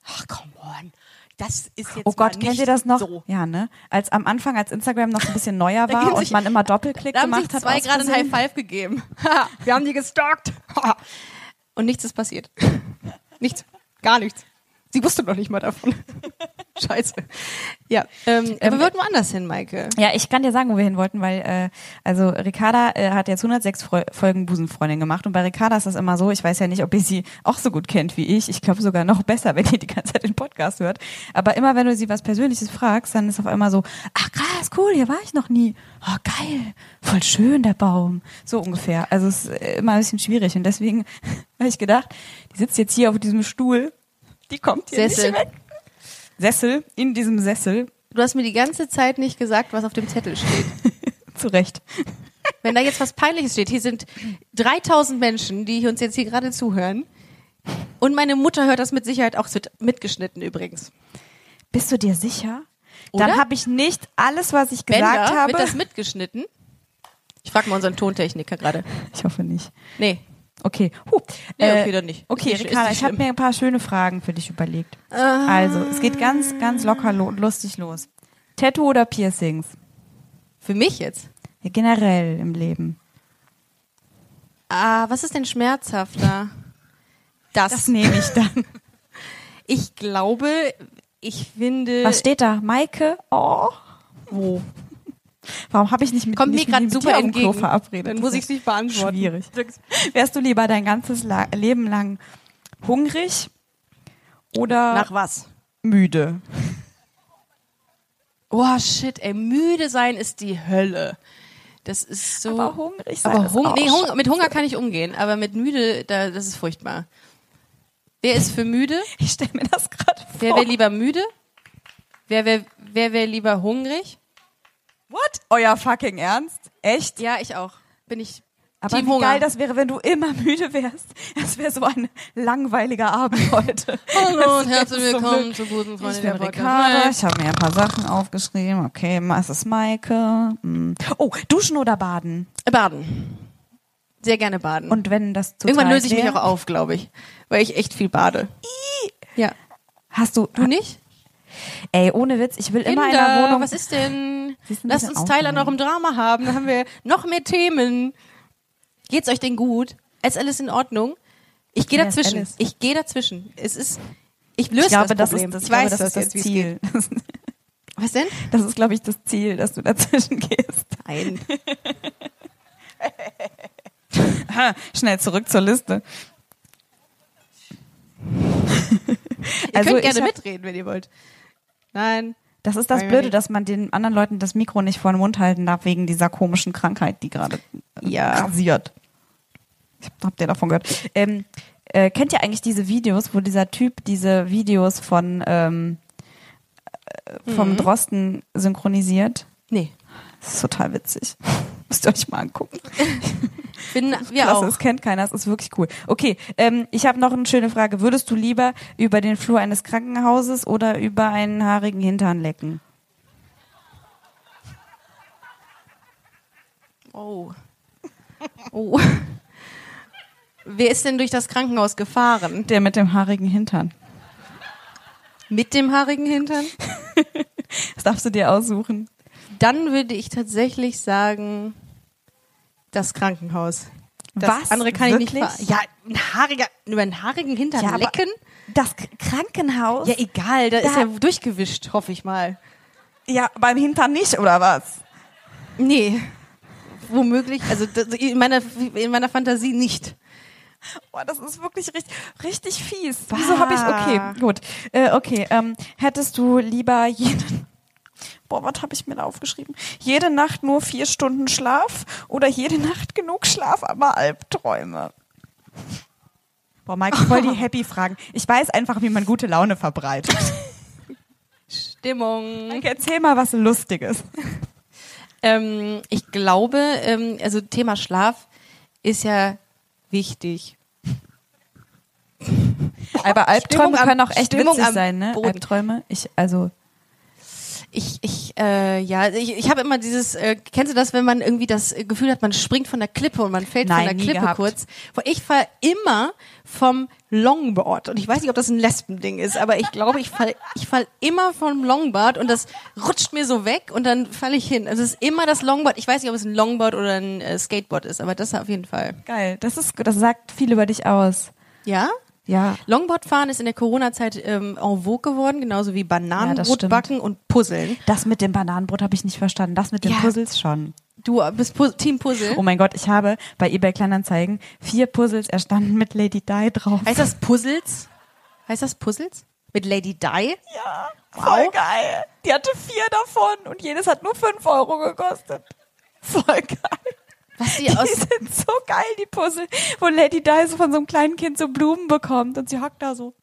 [SPEAKER 3] Ach, come on. Das ist jetzt
[SPEAKER 4] Oh Gott,
[SPEAKER 3] mal
[SPEAKER 4] kennt
[SPEAKER 3] nicht
[SPEAKER 4] ihr das noch?
[SPEAKER 3] So.
[SPEAKER 4] Ja, ne? Als am Anfang, als Instagram noch ein bisschen neuer
[SPEAKER 3] Da
[SPEAKER 4] war
[SPEAKER 3] gehen
[SPEAKER 4] und
[SPEAKER 3] sich-
[SPEAKER 4] man immer Doppelklick
[SPEAKER 3] Da haben
[SPEAKER 4] gemacht
[SPEAKER 3] sich
[SPEAKER 4] hat.
[SPEAKER 3] zwei
[SPEAKER 4] aus
[SPEAKER 3] gerade ein High
[SPEAKER 4] Versehen.
[SPEAKER 3] Five gegeben. Ha, Wir haben die gestalkt. Ha. Und nichts ist passiert. Nichts. Gar nichts. Sie wusste noch nicht mal davon. Scheiße. Ja. Ähm, aber wir wollten woanders hin, Maike.
[SPEAKER 4] Ja, ich kann dir sagen, wo wir hin wollten, weil äh, also Ricarda äh, hat jetzt 106 Freu Folgen Busenfreundin gemacht und bei Ricarda ist das immer so, ich weiß ja nicht, ob ihr sie auch so gut kennt wie ich, ich glaube sogar noch besser, wenn ihr die ganze Zeit den Podcast hört, aber immer wenn du sie was Persönliches fragst, dann ist auf einmal so, ach krass, cool, hier war ich noch nie, oh geil, voll schön der Baum, so ungefähr, also es ist äh, immer ein bisschen schwierig und deswegen habe ich gedacht, die sitzt jetzt hier auf diesem Stuhl, die kommt hier
[SPEAKER 3] Sessel.
[SPEAKER 4] nicht weg. Sessel, in diesem Sessel,
[SPEAKER 3] Du hast mir die ganze Zeit nicht gesagt, was auf dem Zettel steht.
[SPEAKER 4] zurecht.
[SPEAKER 3] Wenn da jetzt was Peinliches steht, hier sind 3000 Menschen, die uns jetzt hier gerade zuhören. Und meine Mutter hört das mit Sicherheit auch, es wird mitgeschnitten übrigens.
[SPEAKER 4] Bist du dir sicher?
[SPEAKER 3] Oder?
[SPEAKER 4] Dann habe ich nicht alles, was ich
[SPEAKER 3] Bänder,
[SPEAKER 4] gesagt habe.
[SPEAKER 3] wird das mitgeschnitten? Ich frag mal unseren Tontechniker gerade.
[SPEAKER 4] ich hoffe nicht.
[SPEAKER 3] Nee,
[SPEAKER 4] Okay. Huh. Äh,
[SPEAKER 3] Nee, okay, dann nicht.
[SPEAKER 4] Okay,
[SPEAKER 3] Ist nicht- ist
[SPEAKER 4] Ricarda,
[SPEAKER 3] nicht
[SPEAKER 4] ich habe
[SPEAKER 3] schlimm. Ah.
[SPEAKER 4] mir ein paar schöne Fragen für dich überlegt. Also, es geht ganz, ganz locker lo lustig los. Tattoo oder Piercings?
[SPEAKER 3] für mich jetzt.
[SPEAKER 4] Ja, Generell im Leben.
[SPEAKER 3] Ah, was ist denn schmerzhafter? Das.
[SPEAKER 4] Das nehme ich dann.
[SPEAKER 3] ich glaube, ich finde.
[SPEAKER 4] Was steht da? Maike? Oh. Wo? Warum habe ich nicht mit
[SPEAKER 3] Kommt mir
[SPEAKER 4] nicht
[SPEAKER 3] gerade
[SPEAKER 4] mit dir
[SPEAKER 3] super
[SPEAKER 4] auf dem Klo
[SPEAKER 3] entgegen.
[SPEAKER 4] verabredet?
[SPEAKER 3] Dann muss ich es nicht beantworten.
[SPEAKER 4] Schwierig. Wärst du lieber dein ganzes La Leben lang hungrig oder
[SPEAKER 3] Nach was?
[SPEAKER 4] müde?
[SPEAKER 3] Oh shit, ey, müde sein ist die Hölle. Das ist so.
[SPEAKER 4] Aber hungrig sein
[SPEAKER 3] Aber
[SPEAKER 4] ist
[SPEAKER 3] Hung
[SPEAKER 4] auch
[SPEAKER 3] nee, Hunger,
[SPEAKER 4] schon-
[SPEAKER 3] mit Hunger kann ich umgehen, aber mit müde, da, das ist furchtbar. Wer ist für müde?
[SPEAKER 4] Ich stelle mir das gerade vor.
[SPEAKER 3] Wer wäre lieber müde? Wer wäre wer wär lieber hungrig?
[SPEAKER 4] What? Euer fucking Ernst? Echt?
[SPEAKER 3] Ja, ich auch. Bin ich
[SPEAKER 4] Aber
[SPEAKER 3] Team
[SPEAKER 4] wie
[SPEAKER 3] Hunger.
[SPEAKER 4] geil das wäre, wenn du immer müde wärst. Es wäre so ein langweiliger Abend heute.
[SPEAKER 3] Hallo und
[SPEAKER 4] Das wär
[SPEAKER 3] herzlich
[SPEAKER 4] so
[SPEAKER 3] willkommen
[SPEAKER 4] blöd.
[SPEAKER 3] zu guten Freunde
[SPEAKER 4] Ich bin
[SPEAKER 3] der
[SPEAKER 4] Ricarda,
[SPEAKER 3] Podcast.
[SPEAKER 4] ich habe mir ein paar Sachen aufgeschrieben. Okay, was ist Maike? Hm. Oh, duschen oder baden?
[SPEAKER 3] Äh, Baden. Sehr gerne baden.
[SPEAKER 4] Und wenn das zu
[SPEAKER 3] Irgendwann
[SPEAKER 4] kalt
[SPEAKER 3] löse ich mich
[SPEAKER 4] wär-
[SPEAKER 3] auch auf, glaube ich, weil ich echt viel bade. Ja.
[SPEAKER 4] Hast du,
[SPEAKER 3] Du nicht?
[SPEAKER 4] ey, ohne Witz, ich will immer in
[SPEAKER 3] Kinder,
[SPEAKER 4] der Wohnung.
[SPEAKER 3] Was ist denn?
[SPEAKER 4] Sie ist ein
[SPEAKER 3] Lasst
[SPEAKER 4] bisschen
[SPEAKER 3] uns Teil an
[SPEAKER 4] aufgeregt.
[SPEAKER 3] eurem Drama haben. Dann haben wir noch mehr Themen. Geht's euch denn gut? Ist alles in Ordnung? Ich gehe
[SPEAKER 4] Wer ist
[SPEAKER 3] dazwischen.
[SPEAKER 4] Alice?
[SPEAKER 3] Ich gehe dazwischen. Es ist. Ich löse
[SPEAKER 4] ich glaube,
[SPEAKER 3] das
[SPEAKER 4] das,
[SPEAKER 3] Problem.
[SPEAKER 4] ist das,
[SPEAKER 3] ich
[SPEAKER 4] ich glaube,
[SPEAKER 3] weiß
[SPEAKER 4] das, ist
[SPEAKER 3] jetzt,
[SPEAKER 4] das
[SPEAKER 3] wie's
[SPEAKER 4] Ziel.
[SPEAKER 3] geht. Was denn?
[SPEAKER 4] Das ist, glaube ich, das Ziel, dass du dazwischen gehst.
[SPEAKER 3] Nein.
[SPEAKER 4] Schnell zurück zur Liste.
[SPEAKER 3] Ihr könnt
[SPEAKER 4] Also ich
[SPEAKER 3] gerne
[SPEAKER 4] hab-
[SPEAKER 3] mitreden, wenn ihr wollt. Nein.
[SPEAKER 4] Das ist das
[SPEAKER 3] Nein,
[SPEAKER 4] Blöde,
[SPEAKER 3] nicht.
[SPEAKER 4] dass man den anderen Leuten das Mikro nicht vor den Mund halten darf, wegen dieser komischen Krankheit, die gerade äh,
[SPEAKER 3] Ja.
[SPEAKER 4] rasiert. Ich hab, habt ihr davon gehört. Ähm, äh, kennt ihr eigentlich diese Videos, wo dieser Typ diese Videos von ähm, äh, vom
[SPEAKER 3] Mhm.
[SPEAKER 4] Drosten synchronisiert?
[SPEAKER 3] Nee.
[SPEAKER 4] Das ist total witzig. Müsst ihr euch mal angucken.
[SPEAKER 3] Bin, wir
[SPEAKER 4] Klasse,
[SPEAKER 3] auch.
[SPEAKER 4] das kennt keiner, das ist wirklich cool. Okay, ähm, ich habe noch eine schöne Frage. Würdest du lieber über den Flur eines Krankenhauses oder über einen haarigen Hintern lecken?
[SPEAKER 3] Oh. Oh. Wer ist denn durch das Krankenhaus gefahren?
[SPEAKER 4] Der mit dem haarigen Hintern.
[SPEAKER 3] Mit dem haarigen Hintern?
[SPEAKER 4] Das darfst du dir aussuchen.
[SPEAKER 3] Dann würde ich tatsächlich sagen, das Krankenhaus. Das
[SPEAKER 4] Was?
[SPEAKER 3] andere kann ich nicht
[SPEAKER 4] Wirklich?
[SPEAKER 3] ver Ja, ein haariger, über einen haarigen Hintern
[SPEAKER 4] Ja, aber-
[SPEAKER 3] lecken?
[SPEAKER 4] Das K- Krankenhaus?
[SPEAKER 3] Ja,
[SPEAKER 4] Ja,
[SPEAKER 3] egal, da, ist
[SPEAKER 4] Da-
[SPEAKER 3] ja durchgewischt, hoffe ich mal.
[SPEAKER 4] beim Hintern nicht, oder was?
[SPEAKER 3] Nee. Womöglich, also das, in, meiner, in meiner Fantasie nicht.
[SPEAKER 4] Boah, das ist wirklich richtig, richtig fies. Wieso habe ich. Okay, gut. Äh, okay, ähm, hättest du lieber jeden.
[SPEAKER 2] boah, was habe ich mir da aufgeschrieben? Jede Nacht nur vier Stunden Schlaf oder jede Nacht genug Schlaf, aber Albträume.
[SPEAKER 4] Boah, Mike, voll die Happy-Fragen. Ich weiß einfach, wie man gute Laune verbreitet.
[SPEAKER 3] Stimmung.
[SPEAKER 4] Mike, erzähl mal was Lustiges.
[SPEAKER 3] Ähm, ich glaube, ähm, also Thema Schlaf ist ja wichtig.
[SPEAKER 4] Aber Albträume
[SPEAKER 3] Stimmung am-
[SPEAKER 4] können auch echt
[SPEAKER 3] Stimmung
[SPEAKER 4] witzig
[SPEAKER 3] am
[SPEAKER 4] sein, ne?
[SPEAKER 3] Boden.
[SPEAKER 4] Albträume. Ich, also,
[SPEAKER 3] Ich, ich, äh, ja, ich, ich habe immer dieses, äh, kennst du das, wenn man irgendwie das äh, Gefühl hat, man springt von der Klippe und man fällt
[SPEAKER 4] Nein,
[SPEAKER 3] von
[SPEAKER 4] nie
[SPEAKER 3] der Klippe
[SPEAKER 4] gehabt.
[SPEAKER 3] kurz. Wo Ich fall immer vom Longboard und ich weiß nicht, ob das ein Lesbending ist, aber ich glaube, ich fall, ich fall immer vom Longboard und das rutscht mir so weg und dann falle ich hin. Also es ist immer das Longboard. Ich weiß nicht, ob es ein Longboard oder ein äh, Skateboard ist, aber das auf jeden Fall.
[SPEAKER 4] geil. Das ist, das sagt viel über dich aus.
[SPEAKER 3] Ja?
[SPEAKER 4] Ja.
[SPEAKER 3] Longboardfahren ist in der Corona-Zeit ähm, en vogue geworden, genauso wie
[SPEAKER 4] das stimmt.
[SPEAKER 3] Bananenbrot backen und Puzzeln.
[SPEAKER 4] Das mit dem Bananenbrot habe ich nicht verstanden. Das mit den
[SPEAKER 3] Ja.
[SPEAKER 4] Puzzles schon.
[SPEAKER 3] Du äh, bist Pu Team Puzzle.
[SPEAKER 4] Oh mein Gott, ich habe bei eBay Kleinanzeigen vier Puzzles erstanden mit Lady Di drauf.
[SPEAKER 3] Heißt das Puzzles? Heißt das Puzzles? Mit Lady Di?
[SPEAKER 2] Ja, voll geil. Die hatte vier davon und jedes hat nur fünf Euro gekostet. Voll geil.
[SPEAKER 3] Was die
[SPEAKER 2] Die
[SPEAKER 3] aus.
[SPEAKER 2] sind so geil, die Puzzle, wo Lady Di so von so einem kleinen Kind so Blumen bekommt und sie hockt da so.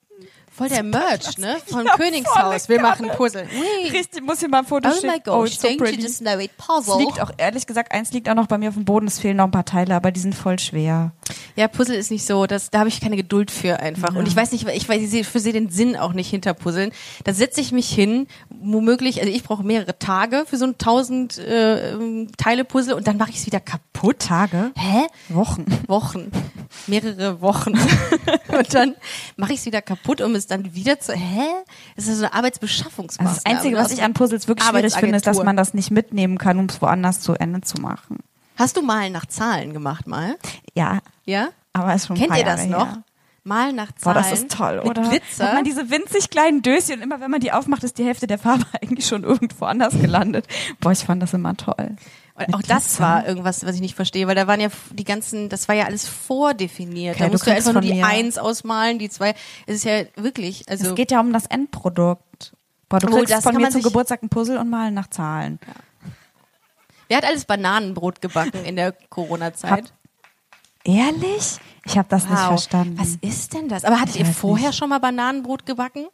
[SPEAKER 3] Voll der Merch, ne? Vom
[SPEAKER 2] Ja, voll
[SPEAKER 3] Königshaus. Wir
[SPEAKER 2] geil.
[SPEAKER 3] machen Puzzle. Oui.
[SPEAKER 2] Richtig, muss hier mal ein Foto
[SPEAKER 3] Oh
[SPEAKER 2] schicken.
[SPEAKER 3] my gosh,
[SPEAKER 2] it's so
[SPEAKER 3] don't you
[SPEAKER 2] pretty.
[SPEAKER 3] just know it?
[SPEAKER 4] Es
[SPEAKER 3] Puzzle.
[SPEAKER 4] liegt auch, ehrlich gesagt, eins liegt auch noch bei mir auf dem Boden. Es fehlen noch ein paar Teile, aber die sind voll schwer.
[SPEAKER 3] Ja, Puzzle ist nicht so, das, da habe ich keine Geduld für einfach. Und ich weiß nicht, ich weiß, ich sehe, ich sehe den Sinn auch nicht hinter Puzzeln. Da setze ich mich hin, womöglich, also ich brauche mehrere Tage für so ein 1000 äh, ähm, Teile Puzzle und dann mache ich es wieder kaputt.
[SPEAKER 4] Tage?
[SPEAKER 3] Hä?
[SPEAKER 4] Wochen.
[SPEAKER 3] Wochen, mehrere Wochen. und dann mache ich es wieder kaputt, um es dann wieder zu. Hä? Das ist so eine Arbeitsbeschaffungsmaßnahme.
[SPEAKER 4] Also das Einzige, was ich an Puzzles wirklich schwierig finde, ist, dass
[SPEAKER 3] Arbeitsagentur.
[SPEAKER 4] man das nicht mitnehmen kann, um es woanders zu Ende zu machen.
[SPEAKER 3] Hast du Malen nach Zahlen gemacht mal?
[SPEAKER 4] Ja,
[SPEAKER 3] Ja?
[SPEAKER 4] aber ist schon ein
[SPEAKER 3] Kennt
[SPEAKER 4] paar
[SPEAKER 3] ihr das
[SPEAKER 4] Jahre
[SPEAKER 3] noch?
[SPEAKER 4] Her.
[SPEAKER 3] Malen nach
[SPEAKER 4] Boah,
[SPEAKER 3] Zahlen.
[SPEAKER 4] das ist toll,
[SPEAKER 3] mit
[SPEAKER 4] oder?
[SPEAKER 3] Glitzer.
[SPEAKER 4] Hat man diese winzig kleinen Döschen und immer wenn man die aufmacht, ist die Hälfte der Farbe eigentlich schon irgendwo anders gelandet. Boah, ich fand das immer toll.
[SPEAKER 3] Und auch das war irgendwas, was ich nicht verstehe, weil da waren ja f- die ganzen, das war ja alles vordefiniert.
[SPEAKER 4] Okay,
[SPEAKER 3] da
[SPEAKER 4] du
[SPEAKER 3] musst du,
[SPEAKER 4] kriegst
[SPEAKER 3] einfach nur
[SPEAKER 4] von
[SPEAKER 3] die
[SPEAKER 4] mir-
[SPEAKER 3] Eins ausmalen, die zwei. Es ist ja wirklich, also.
[SPEAKER 4] Es geht ja um das Endprodukt. Boah, du
[SPEAKER 3] Oh,
[SPEAKER 4] kriegst
[SPEAKER 3] das
[SPEAKER 4] von
[SPEAKER 3] kann
[SPEAKER 4] mir
[SPEAKER 3] man
[SPEAKER 4] zum
[SPEAKER 3] sich-
[SPEAKER 4] Geburtstag ein Puzzle und malen nach Zahlen.
[SPEAKER 3] wer hat alles Bananenbrot gebacken in der Corona-Zeit?
[SPEAKER 4] Ehrlich? Ich habe das nicht verstanden.
[SPEAKER 3] Was ist denn das? Aber hattet
[SPEAKER 4] Ich
[SPEAKER 3] ihr
[SPEAKER 4] weiß
[SPEAKER 3] vorher schon mal Bananenbrot gebacken?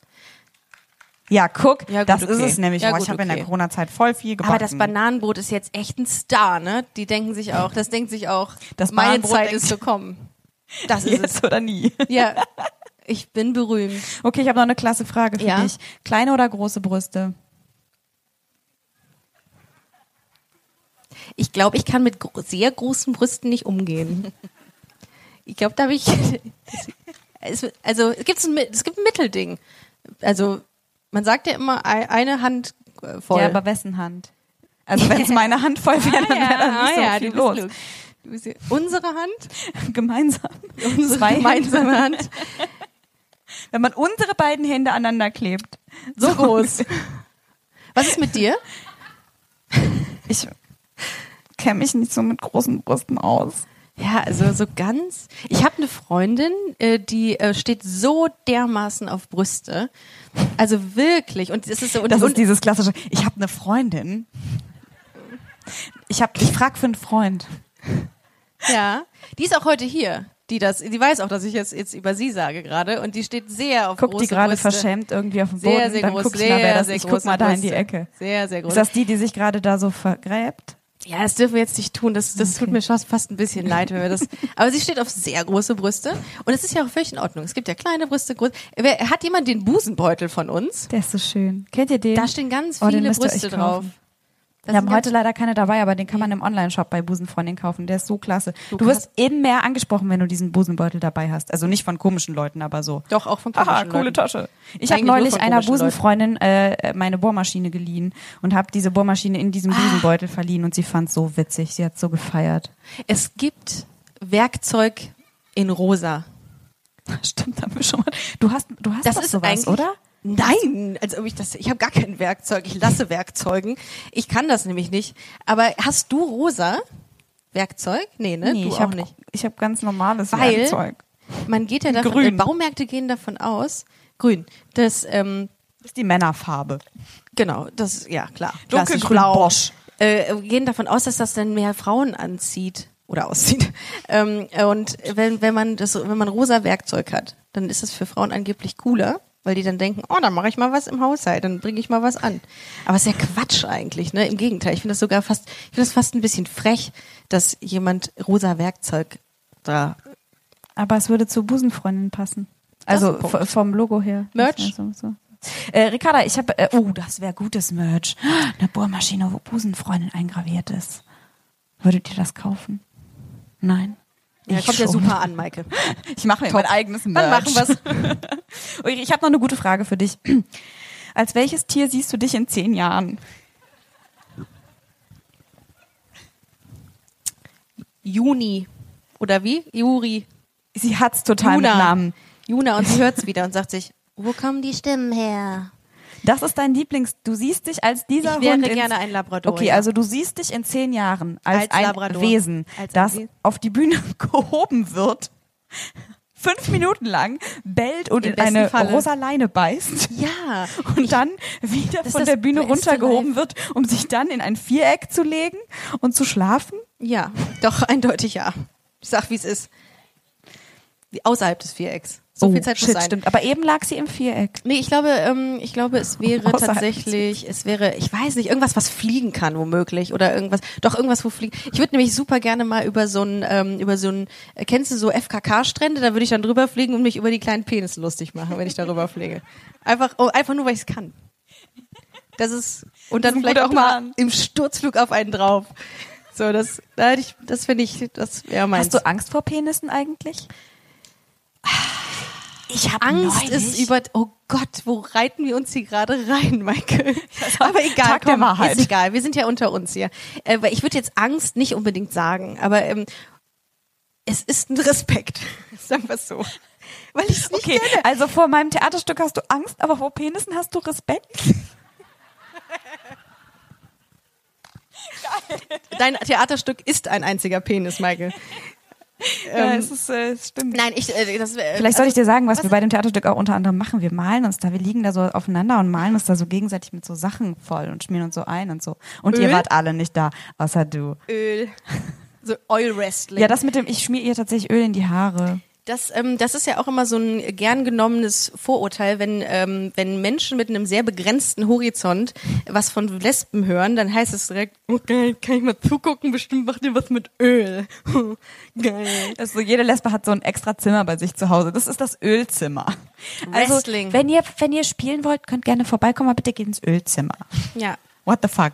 [SPEAKER 4] Ja, guck,
[SPEAKER 3] Ja, gut,
[SPEAKER 4] das ist
[SPEAKER 3] okay.
[SPEAKER 4] es nämlich.
[SPEAKER 3] Ja,
[SPEAKER 4] Boah,
[SPEAKER 3] gut,
[SPEAKER 4] ich habe in der
[SPEAKER 3] okay.
[SPEAKER 4] Corona-Zeit voll viel gebacken.
[SPEAKER 3] Aber das Bananenbrot ist jetzt echt ein Star, ne? Die denken sich auch, das denkt sich auch,
[SPEAKER 4] Das
[SPEAKER 3] meine
[SPEAKER 4] Bananenbrot
[SPEAKER 3] Zeit
[SPEAKER 4] denkt-
[SPEAKER 3] ist gekommen. Das ist es.
[SPEAKER 4] Jetzt oder nie.
[SPEAKER 3] Ja. Ich bin berühmt.
[SPEAKER 4] Okay, ich habe noch eine klasse Frage für
[SPEAKER 3] Ja?
[SPEAKER 4] dich. Kleine oder große Brüste?
[SPEAKER 3] Ich glaube, ich kann mit gro sehr großen Brüsten nicht umgehen. Ich glaube, da habe ich. Es, also, es, gibt's ein, Mi- es gibt ein Mittelding. Also, man sagt ja immer, ei- eine Hand äh, voll.
[SPEAKER 4] Ja, aber wessen Hand? Also wenn es meine Hand voll wäre, dann wäre da nicht so
[SPEAKER 3] ah,
[SPEAKER 4] viel
[SPEAKER 3] du bist
[SPEAKER 4] los.
[SPEAKER 3] klug. Du bist ja- unsere Hand,
[SPEAKER 4] Gemeinsam.
[SPEAKER 3] unsere
[SPEAKER 4] Zwei Hände.
[SPEAKER 3] gemeinsame Hand,
[SPEAKER 4] Wenn man unsere beiden Hände aneinander klebt.
[SPEAKER 3] so groß. Was ist mit dir?
[SPEAKER 4] Ich kenne mich nicht so mit großen Brüsten aus.
[SPEAKER 3] Ja, also so ganz. Ich habe eine Freundin, äh, die äh, steht so dermaßen auf Brüste. Also wirklich. Und es ist so. Und,
[SPEAKER 4] Das
[SPEAKER 3] und,
[SPEAKER 4] ist dieses klassische, ich habe eine Freundin. Ich, hab, ich frag für einen Freund.
[SPEAKER 3] Ja, die ist auch heute hier. Die das, die weiß auch, dass ich jetzt, jetzt über sie sage gerade und die steht sehr auf
[SPEAKER 4] Guckt
[SPEAKER 3] große
[SPEAKER 4] die gerade
[SPEAKER 3] Brüste.
[SPEAKER 4] verschämt irgendwie auf den Boden.
[SPEAKER 3] Sehr, sehr
[SPEAKER 4] dann
[SPEAKER 3] groß,
[SPEAKER 4] guck ich
[SPEAKER 3] sehr,
[SPEAKER 4] mal, wer das
[SPEAKER 3] sehr
[SPEAKER 4] ist. Ich guck
[SPEAKER 3] große
[SPEAKER 4] mal da in die
[SPEAKER 3] Brüste.
[SPEAKER 4] Ecke.
[SPEAKER 3] Sehr, sehr groß.
[SPEAKER 4] Ist das die, die sich gerade da so vergräbt?
[SPEAKER 3] ja, das dürfen wir jetzt nicht tun. Das, das tut mir schon fast ein bisschen leid, wenn wir das. Aber sie steht auf sehr große Brüste und es ist ja auch völlig in Ordnung. Es gibt ja kleine Brüste, große. Wer, hat jemand den Busenbeutel von uns?
[SPEAKER 4] Der ist so schön. Kennt ihr den?
[SPEAKER 3] Da stehen ganz
[SPEAKER 4] Oh, den
[SPEAKER 3] viele
[SPEAKER 4] müsst ihr
[SPEAKER 3] Brüste
[SPEAKER 4] euch
[SPEAKER 3] drauf.
[SPEAKER 4] kaufen.
[SPEAKER 3] Das
[SPEAKER 4] Wir
[SPEAKER 3] sind
[SPEAKER 4] haben
[SPEAKER 3] ganz-
[SPEAKER 4] heute leider keine dabei, aber den kann man im Online-Shop bei Busenfreundin kaufen. Der ist so klasse.
[SPEAKER 3] So
[SPEAKER 4] du wirst eben mehr angesprochen, wenn du diesen Busenbeutel dabei hast. Also nicht von komischen Leuten, aber so.
[SPEAKER 3] doch auch von
[SPEAKER 4] Aha,
[SPEAKER 3] komischen
[SPEAKER 4] coole
[SPEAKER 3] Leuten.
[SPEAKER 4] Tasche. Ich habe
[SPEAKER 3] Eigentlich nur
[SPEAKER 4] neulich
[SPEAKER 3] von
[SPEAKER 4] einer
[SPEAKER 3] komischen Leuten.
[SPEAKER 4] Busenfreundin äh, meine Bohrmaschine geliehen und habe diese Bohrmaschine in
[SPEAKER 3] Ah.
[SPEAKER 4] diesem Busenbeutel verliehen und sie fand so witzig. Sie hat so gefeiert.
[SPEAKER 3] Es gibt Werkzeug in Rosa.
[SPEAKER 4] Stimmt, haben wir schon mal. Du hast, du hast
[SPEAKER 3] Das
[SPEAKER 4] doch
[SPEAKER 3] ist
[SPEAKER 4] sowas,
[SPEAKER 3] eigentlich,
[SPEAKER 4] oder?
[SPEAKER 3] Nein, also ob ich das, ich habe gar kein Werkzeug. Ich lasse Werkzeugen. Ich kann das nämlich nicht. Aber hast du rosa Werkzeug? Nee, ne? du
[SPEAKER 4] ich
[SPEAKER 3] auch
[SPEAKER 4] hab-
[SPEAKER 3] nicht.
[SPEAKER 4] Ich habe ganz normales
[SPEAKER 3] Weil-
[SPEAKER 4] Werkzeug.
[SPEAKER 3] Man geht ja davon,
[SPEAKER 4] Grün.
[SPEAKER 3] äh, Baumärkte gehen davon aus, grün, dass ähm,
[SPEAKER 4] Ist die Männerfarbe.
[SPEAKER 3] Genau, das ja klar.
[SPEAKER 4] Dunkelgrün,
[SPEAKER 3] Klassisch blau.
[SPEAKER 4] Bosch.
[SPEAKER 3] Äh, wir gehen davon aus, dass das dann mehr Frauen anzieht oder aussieht. Ähm, äh, und wenn, wenn man das, wenn man rosa Werkzeug hat, dann ist es für Frauen angeblich cooler, weil die dann denken, oh, dann mache ich mal was im Haushalt, dann bringe ich mal was an. Aber es ist ja Quatsch eigentlich, ne? Im Gegenteil, ich finde das sogar fast, ich finde das fast ein bisschen frech, dass jemand rosa Werkzeug da
[SPEAKER 4] Aber es würde zu Busenfreundin passen. Also
[SPEAKER 3] ist ein
[SPEAKER 4] v- vom Logo her.
[SPEAKER 3] Merch?
[SPEAKER 4] So, so. Äh, Ricarda, ich habe, äh, oh, das wäre gutes Merch. Eine Bohrmaschine, wo Busenfreundin eingraviert ist. Würdet ihr das kaufen? Nein.
[SPEAKER 3] ja,
[SPEAKER 4] Ich
[SPEAKER 3] kommt ja
[SPEAKER 4] schon.
[SPEAKER 3] super an, Maike.
[SPEAKER 4] Ich mache mir mein eigenes Merch.
[SPEAKER 3] Dann machen wir's.
[SPEAKER 4] Ulrike, ich habe noch eine gute Frage für dich. Als welches Tier siehst du dich in zehn Jahren?
[SPEAKER 3] Juni. Oder wie? Juri.
[SPEAKER 4] Sie hat's total mit Namen.
[SPEAKER 3] Juna und sie hört's wieder und sagt sich, wo kommen die
[SPEAKER 1] Die Stimmen her.
[SPEAKER 4] Das ist dein Lieblings. Du siehst dich als dieser
[SPEAKER 3] Ich wäre
[SPEAKER 4] Hund.
[SPEAKER 3] gerne ein Labrador,
[SPEAKER 4] Okay,
[SPEAKER 3] ja.
[SPEAKER 4] also du siehst dich in zehn Jahren als,
[SPEAKER 3] Als
[SPEAKER 4] ein
[SPEAKER 3] Labrador.
[SPEAKER 4] Wesen,
[SPEAKER 3] Als ein
[SPEAKER 4] das
[SPEAKER 3] Wesen.
[SPEAKER 4] auf die Bühne gehoben wird, fünf Minuten lang bellt und
[SPEAKER 3] Im
[SPEAKER 4] in
[SPEAKER 3] besten
[SPEAKER 4] eine
[SPEAKER 3] Falle.
[SPEAKER 4] rosa Leine beißt.
[SPEAKER 3] Ja.
[SPEAKER 4] Und dann wieder
[SPEAKER 3] Das
[SPEAKER 4] von
[SPEAKER 3] ist
[SPEAKER 4] der
[SPEAKER 3] das
[SPEAKER 4] Bühne
[SPEAKER 3] beste
[SPEAKER 4] runtergehoben wird, um sich dann in ein Viereck zu legen und zu schlafen.
[SPEAKER 3] Ja, doch, eindeutig ja. Ich sag, wie es ist. Die- Außerhalb des Vierecks. So viel Zeit muss
[SPEAKER 4] Oh, shit,
[SPEAKER 3] sein.
[SPEAKER 4] stimmt. Aber eben lag sie im Viereck.
[SPEAKER 3] Nee, ich glaube, ähm, ich glaube, es wäre
[SPEAKER 4] Außerhalb des
[SPEAKER 3] tatsächlich, es wäre, ich weiß nicht, irgendwas, was fliegen kann, womöglich. Oder irgendwas, doch irgendwas, wo fliegen. Ich würde nämlich super gerne mal über so ein, ähm, über so ein, äh, kennst du so FKK-Strände? Da würde ich dann drüber fliegen und mich über die kleinen Penisse lustig machen, wenn ich darüber fliege. Einfach, oh, einfach nur, weil ich es kann. Das ist, und dann
[SPEAKER 4] Das ist ein
[SPEAKER 3] vielleicht
[SPEAKER 4] guter
[SPEAKER 3] auch mal
[SPEAKER 4] Plan.
[SPEAKER 3] im Sturzflug auf einen drauf. So, das, da hätte ich, das finde ich, das wäre meins.
[SPEAKER 4] Hast du Angst vor Penissen eigentlich? Ich habe
[SPEAKER 3] Angst ist über. Oh Gott, wo reiten wir uns hier gerade rein, Maike? Aber egal,
[SPEAKER 4] Tag der
[SPEAKER 3] komm,
[SPEAKER 4] Wahrheit.
[SPEAKER 3] ist egal. Wir sind ja unter uns hier. Äh, weil ich würde jetzt Angst nicht unbedingt sagen, aber ähm, es ist ein Respekt. Sagen wir es so. Weil ich es nicht
[SPEAKER 4] Okay,
[SPEAKER 3] kenne.
[SPEAKER 4] also vor meinem Theaterstück hast du Angst, aber vor Penissen hast du Respekt.
[SPEAKER 3] Dein Theaterstück ist ein einziger Penis, Maike.
[SPEAKER 4] ja, es ist, äh, es stimmt.
[SPEAKER 3] Nein, ich. Äh, das, äh,
[SPEAKER 4] Vielleicht soll ich dir sagen, was, wir bei dem Theaterstück auch unter anderem machen. Wir malen uns da, wir liegen da so aufeinander und malen uns da so gegenseitig mit so Sachen voll und schmieren uns so ein und so. Und ihr
[SPEAKER 3] Öl?
[SPEAKER 4] wart alle nicht da, außer du.
[SPEAKER 3] Öl. So also Oil Wrestling.
[SPEAKER 4] Ja, das mit dem, ich schmier ihr tatsächlich Öl in die Haare.
[SPEAKER 3] Das, ähm, das ist ja auch immer so ein gern genommenes Vorurteil, wenn, ähm, wenn Menschen mit einem sehr begrenzten Horizont was von Lesben hören, dann heißt es direkt, oh geil, kann ich mal zugucken, bestimmt macht ihr was mit Öl. Oh, geil.
[SPEAKER 4] Also jede Lesbe hat so ein extra Zimmer bei sich zu Hause. Das ist das Ölzimmer. Also,
[SPEAKER 3] Wrestling.
[SPEAKER 4] wenn ihr, wenn ihr spielen wollt, könnt gerne vorbeikommen, aber bitte geht ins Ölzimmer.
[SPEAKER 3] Ja.
[SPEAKER 4] What the fuck?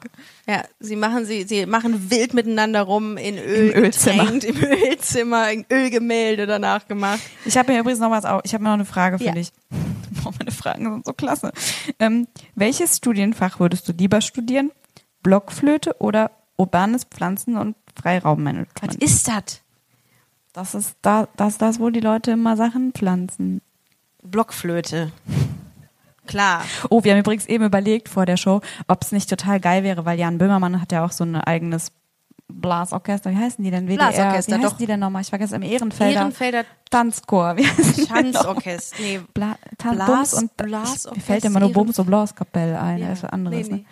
[SPEAKER 3] Ja, sie machen sie, sie machen wild miteinander rum in Öl,
[SPEAKER 4] Im Ölzimmer.
[SPEAKER 3] getränkt, im Ölzimmer, in Ölgemälde danach gemacht.
[SPEAKER 4] Ich habe mir übrigens noch was auch, ich habe mir noch eine Frage für
[SPEAKER 3] Ja.
[SPEAKER 4] dich. Boah, meine Fragen sind so klasse. Ähm, welches Studienfach würdest du lieber studieren? Blockflöte oder urbanes Pflanzen- und
[SPEAKER 3] Was
[SPEAKER 4] Freiraummanagement?
[SPEAKER 3] ist das?
[SPEAKER 4] Das ist da, das, das, wo die Leute immer Sachen pflanzen.
[SPEAKER 3] Blockflöte. Klar.
[SPEAKER 4] Oh, wir haben übrigens eben überlegt vor der Show, ob es nicht total geil wäre, weil Jan Böhmermann hat ja auch so ein eigenes Blasorchester. Wie heißen die denn? WDR.
[SPEAKER 3] Blasorchester,
[SPEAKER 4] Wie heißen
[SPEAKER 3] doch.
[SPEAKER 4] die denn nochmal? Ich vergesse im Ehrenfelder.
[SPEAKER 3] Ehrenfelder
[SPEAKER 4] Tanzchor. Wie heißen die denn noch?
[SPEAKER 3] Tanzorchester. Nee,
[SPEAKER 4] Bla Tan
[SPEAKER 3] Blas-
[SPEAKER 4] Bums und
[SPEAKER 3] Blasorchester-
[SPEAKER 4] Mir fällt immer nur Bums und Blaskapelle ein,
[SPEAKER 3] Ja,
[SPEAKER 4] das ist was anderes.
[SPEAKER 3] nee,
[SPEAKER 4] Ne?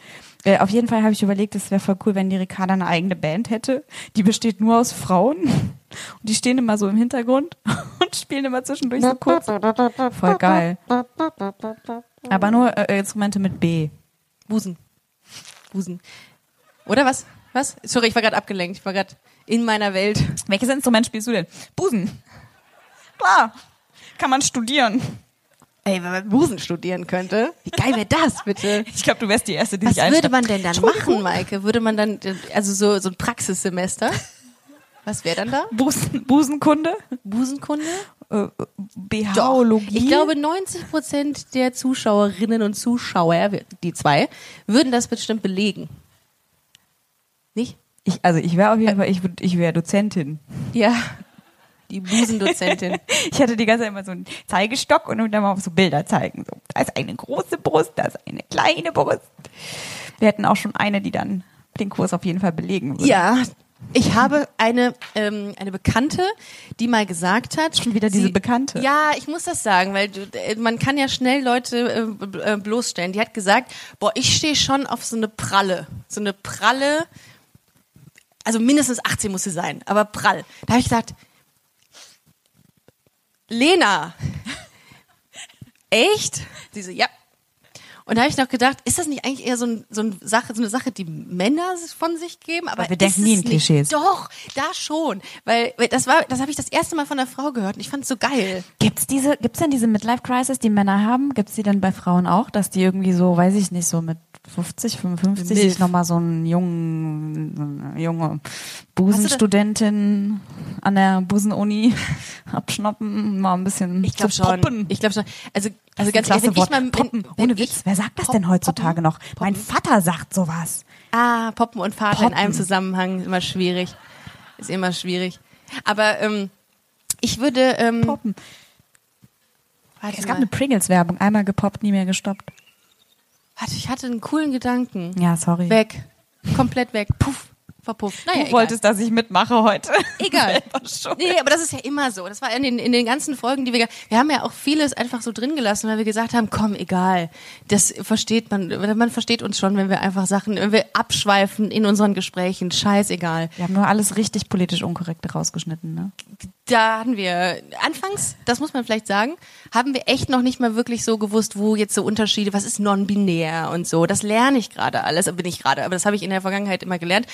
[SPEAKER 4] Äh, auf jeden Fall habe ich überlegt, es wäre voll cool, wenn die Ricarda eine eigene Band hätte. Die besteht nur aus Frauen und die stehen immer so im Hintergrund und spielen immer zwischendurch so kurz. Voll geil. Aber nur äh, Instrumente mit B.
[SPEAKER 3] Busen. Busen. Oder was? Was? Sorry, ich war gerade abgelenkt. Ich war gerade in meiner Welt.
[SPEAKER 4] Welches Instrument spielst du denn? Busen. Klar. Kann man studieren.
[SPEAKER 3] Ey, wenn man Busen studieren könnte. Wie geil wäre das, bitte?
[SPEAKER 4] Ich glaube, du wärst die Erste, die
[SPEAKER 3] Was
[SPEAKER 4] sich einschreibt.
[SPEAKER 3] würde man denn dann machen, Maike? Würde man dann, also so, so ein Praxissemester? Was wäre dann da?
[SPEAKER 4] Busen, Busenkunde?
[SPEAKER 3] Busenkunde?
[SPEAKER 4] Äh, BHologie?
[SPEAKER 3] Ich glaube, 90 Prozent der Zuschauerinnen und Zuschauer, die zwei, würden das bestimmt belegen. Nicht?
[SPEAKER 4] Ich, also ich wäre auf jeden Fall, ich, würd- ich wäre Dozentin.
[SPEAKER 3] Ja. Die Busendozentin.
[SPEAKER 4] Ich hatte die ganze Zeit immer so einen Zeigestock und dann mal auf so Bilder zeigen. So, da ist eine große Brust, da ist eine kleine Brust. Wir hätten auch schon eine, die dann den Kurs auf jeden Fall belegen würde.
[SPEAKER 3] Ja, Ich habe eine, ähm, eine Bekannte, die mal gesagt hat.
[SPEAKER 4] Schon wieder diese Bekannte.
[SPEAKER 3] Ja, ich muss das sagen, weil du, äh, man kann ja schnell Leute äh, b- äh, bloßstellen. Die hat gesagt, boah, ich stehe schon auf so eine pralle. So eine pralle, also mindestens 18 muss sie sein, aber prall. Da habe ich gesagt, Lena, echt? Sie so, ja. Und da habe ich noch gedacht, ist das nicht eigentlich eher so, ein, so, ein Sache, so eine Sache, die Männer von sich geben? Aber
[SPEAKER 4] Aber wir
[SPEAKER 3] ist
[SPEAKER 4] denken nie
[SPEAKER 3] es
[SPEAKER 4] in
[SPEAKER 3] nicht.
[SPEAKER 4] Klischees.
[SPEAKER 3] Doch, da schon. Weil weil das war, das habe ich das erste Mal von einer Frau gehört und ich fand's so geil.
[SPEAKER 4] Gibt's diese, gibt's denn diese Midlife-Crisis, die Männer haben? Gibt's die denn bei Frauen auch, dass die irgendwie so, weiß ich nicht, so mit 50, 55
[SPEAKER 3] Milf.
[SPEAKER 4] sich nochmal so einen jungen, so eine junge Busenstudentin an der Busenuni abschnappen, mal ein bisschen
[SPEAKER 3] Ich glaube
[SPEAKER 4] zu
[SPEAKER 3] schon.
[SPEAKER 4] poppen?
[SPEAKER 3] Ich glaube schon. Also,
[SPEAKER 4] Das
[SPEAKER 3] also
[SPEAKER 4] ist ein
[SPEAKER 3] ganz ehrlich, wenn
[SPEAKER 4] klasse
[SPEAKER 3] ich mal
[SPEAKER 4] Wort. poppen, ohne
[SPEAKER 3] ich-
[SPEAKER 4] Witz. Wer sagt das
[SPEAKER 3] Pop-
[SPEAKER 4] denn heutzutage
[SPEAKER 3] poppen?
[SPEAKER 4] noch? Mein Vater sagt sowas.
[SPEAKER 3] Ah, Poppen und Vater in
[SPEAKER 4] Poppen.
[SPEAKER 3] einem Zusammenhang ist immer schwierig. Ist immer schwierig. Aber ähm, ich würde ähm,
[SPEAKER 4] Poppen.
[SPEAKER 3] Warte,
[SPEAKER 4] Es
[SPEAKER 3] mal.
[SPEAKER 4] gab eine Pringles-Werbung. Einmal gepoppt, nie mehr gestoppt.
[SPEAKER 3] warte, ich hatte einen coolen Gedanken.
[SPEAKER 4] Ja, sorry.
[SPEAKER 3] Weg. Komplett weg. Puff. Verpufft. Naja,
[SPEAKER 4] du
[SPEAKER 3] egal.
[SPEAKER 4] wolltest, dass ich mitmache heute.
[SPEAKER 3] Egal.
[SPEAKER 4] Selber schuld.
[SPEAKER 3] Nee, aber das ist ja immer so. Das war in den, in den ganzen Folgen, die wir, ge- wir haben ja auch vieles einfach so drin gelassen, weil wir gesagt haben, komm, egal. Das versteht man, man versteht uns schon, wenn wir einfach Sachen, wenn wir abschweifen in unseren Gesprächen, scheißegal.
[SPEAKER 4] Wir haben nur alles richtig politisch unkorrekt rausgeschnitten, ne?
[SPEAKER 3] Da hatten wir, anfangs, das muss man vielleicht sagen, haben wir echt noch nicht mal wirklich so gewusst, wo jetzt so Unterschiede, was ist non-binär und so. Das lerne ich gerade alles, Äh, bin ich gerade, aber das habe ich in der Vergangenheit immer gelernt.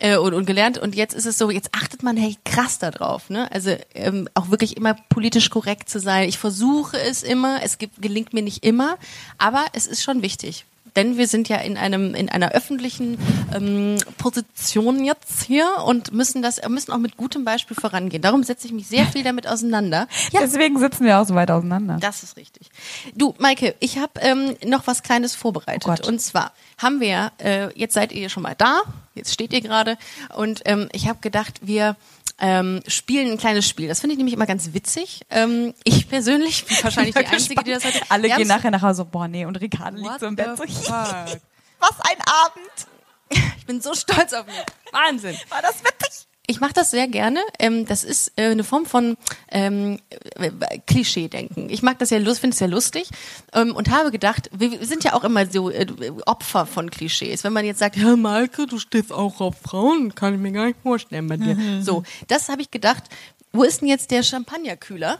[SPEAKER 3] äh, Und, und gelernt und jetzt ist es so, jetzt achtet man hey krass darauf, ne? Also ähm, auch wirklich immer politisch korrekt zu sein. Ich versuche es immer, es gibt, gelingt mir nicht immer, aber es ist schon wichtig. Denn wir sind ja in einem in einer öffentlichen ähm, Position jetzt hier und müssen das müssen auch mit gutem Beispiel vorangehen. Darum setze ich mich sehr viel damit auseinander.
[SPEAKER 4] Deswegen sitzen wir auch so weit auseinander.
[SPEAKER 3] Das ist richtig. Du, Maike, ich habe ähm, noch was Kleines vorbereitet.
[SPEAKER 4] Oh Gott.
[SPEAKER 3] und zwar haben wir, äh, jetzt seid ihr schon mal da, jetzt steht ihr gerade. Und ähm, ich habe gedacht, wir ähm, spielen ein kleines Spiel. Das finde ich nämlich immer ganz witzig. Ähm, ich persönlich bin wahrscheinlich die
[SPEAKER 4] Bin
[SPEAKER 3] Einzige, die das heute...
[SPEAKER 4] gespannt. Alle
[SPEAKER 3] Wir
[SPEAKER 4] gehen
[SPEAKER 3] haben's-
[SPEAKER 4] nachher nach Hause, boah, nee, und Ricardo liegt
[SPEAKER 3] What
[SPEAKER 4] so im Bett so.
[SPEAKER 3] the fuck?
[SPEAKER 2] Was ein Abend!
[SPEAKER 3] Ich bin so stolz auf mich. Wahnsinn.
[SPEAKER 2] War das witzig?
[SPEAKER 3] Ich mache das sehr gerne. Ähm, das ist äh, eine Form von ähm, äh, Klischee-Denken. Ich mag das ja lust, finde es sehr lustig ähm, und habe gedacht, wir, wir sind ja auch immer so äh, Opfer von Klischees. Wenn man jetzt sagt, Herr Malke, du stehst auch auf Frauen, kann ich mir gar nicht vorstellen bei dir. So, das habe ich gedacht. Wo ist denn jetzt der Champagnerkühler?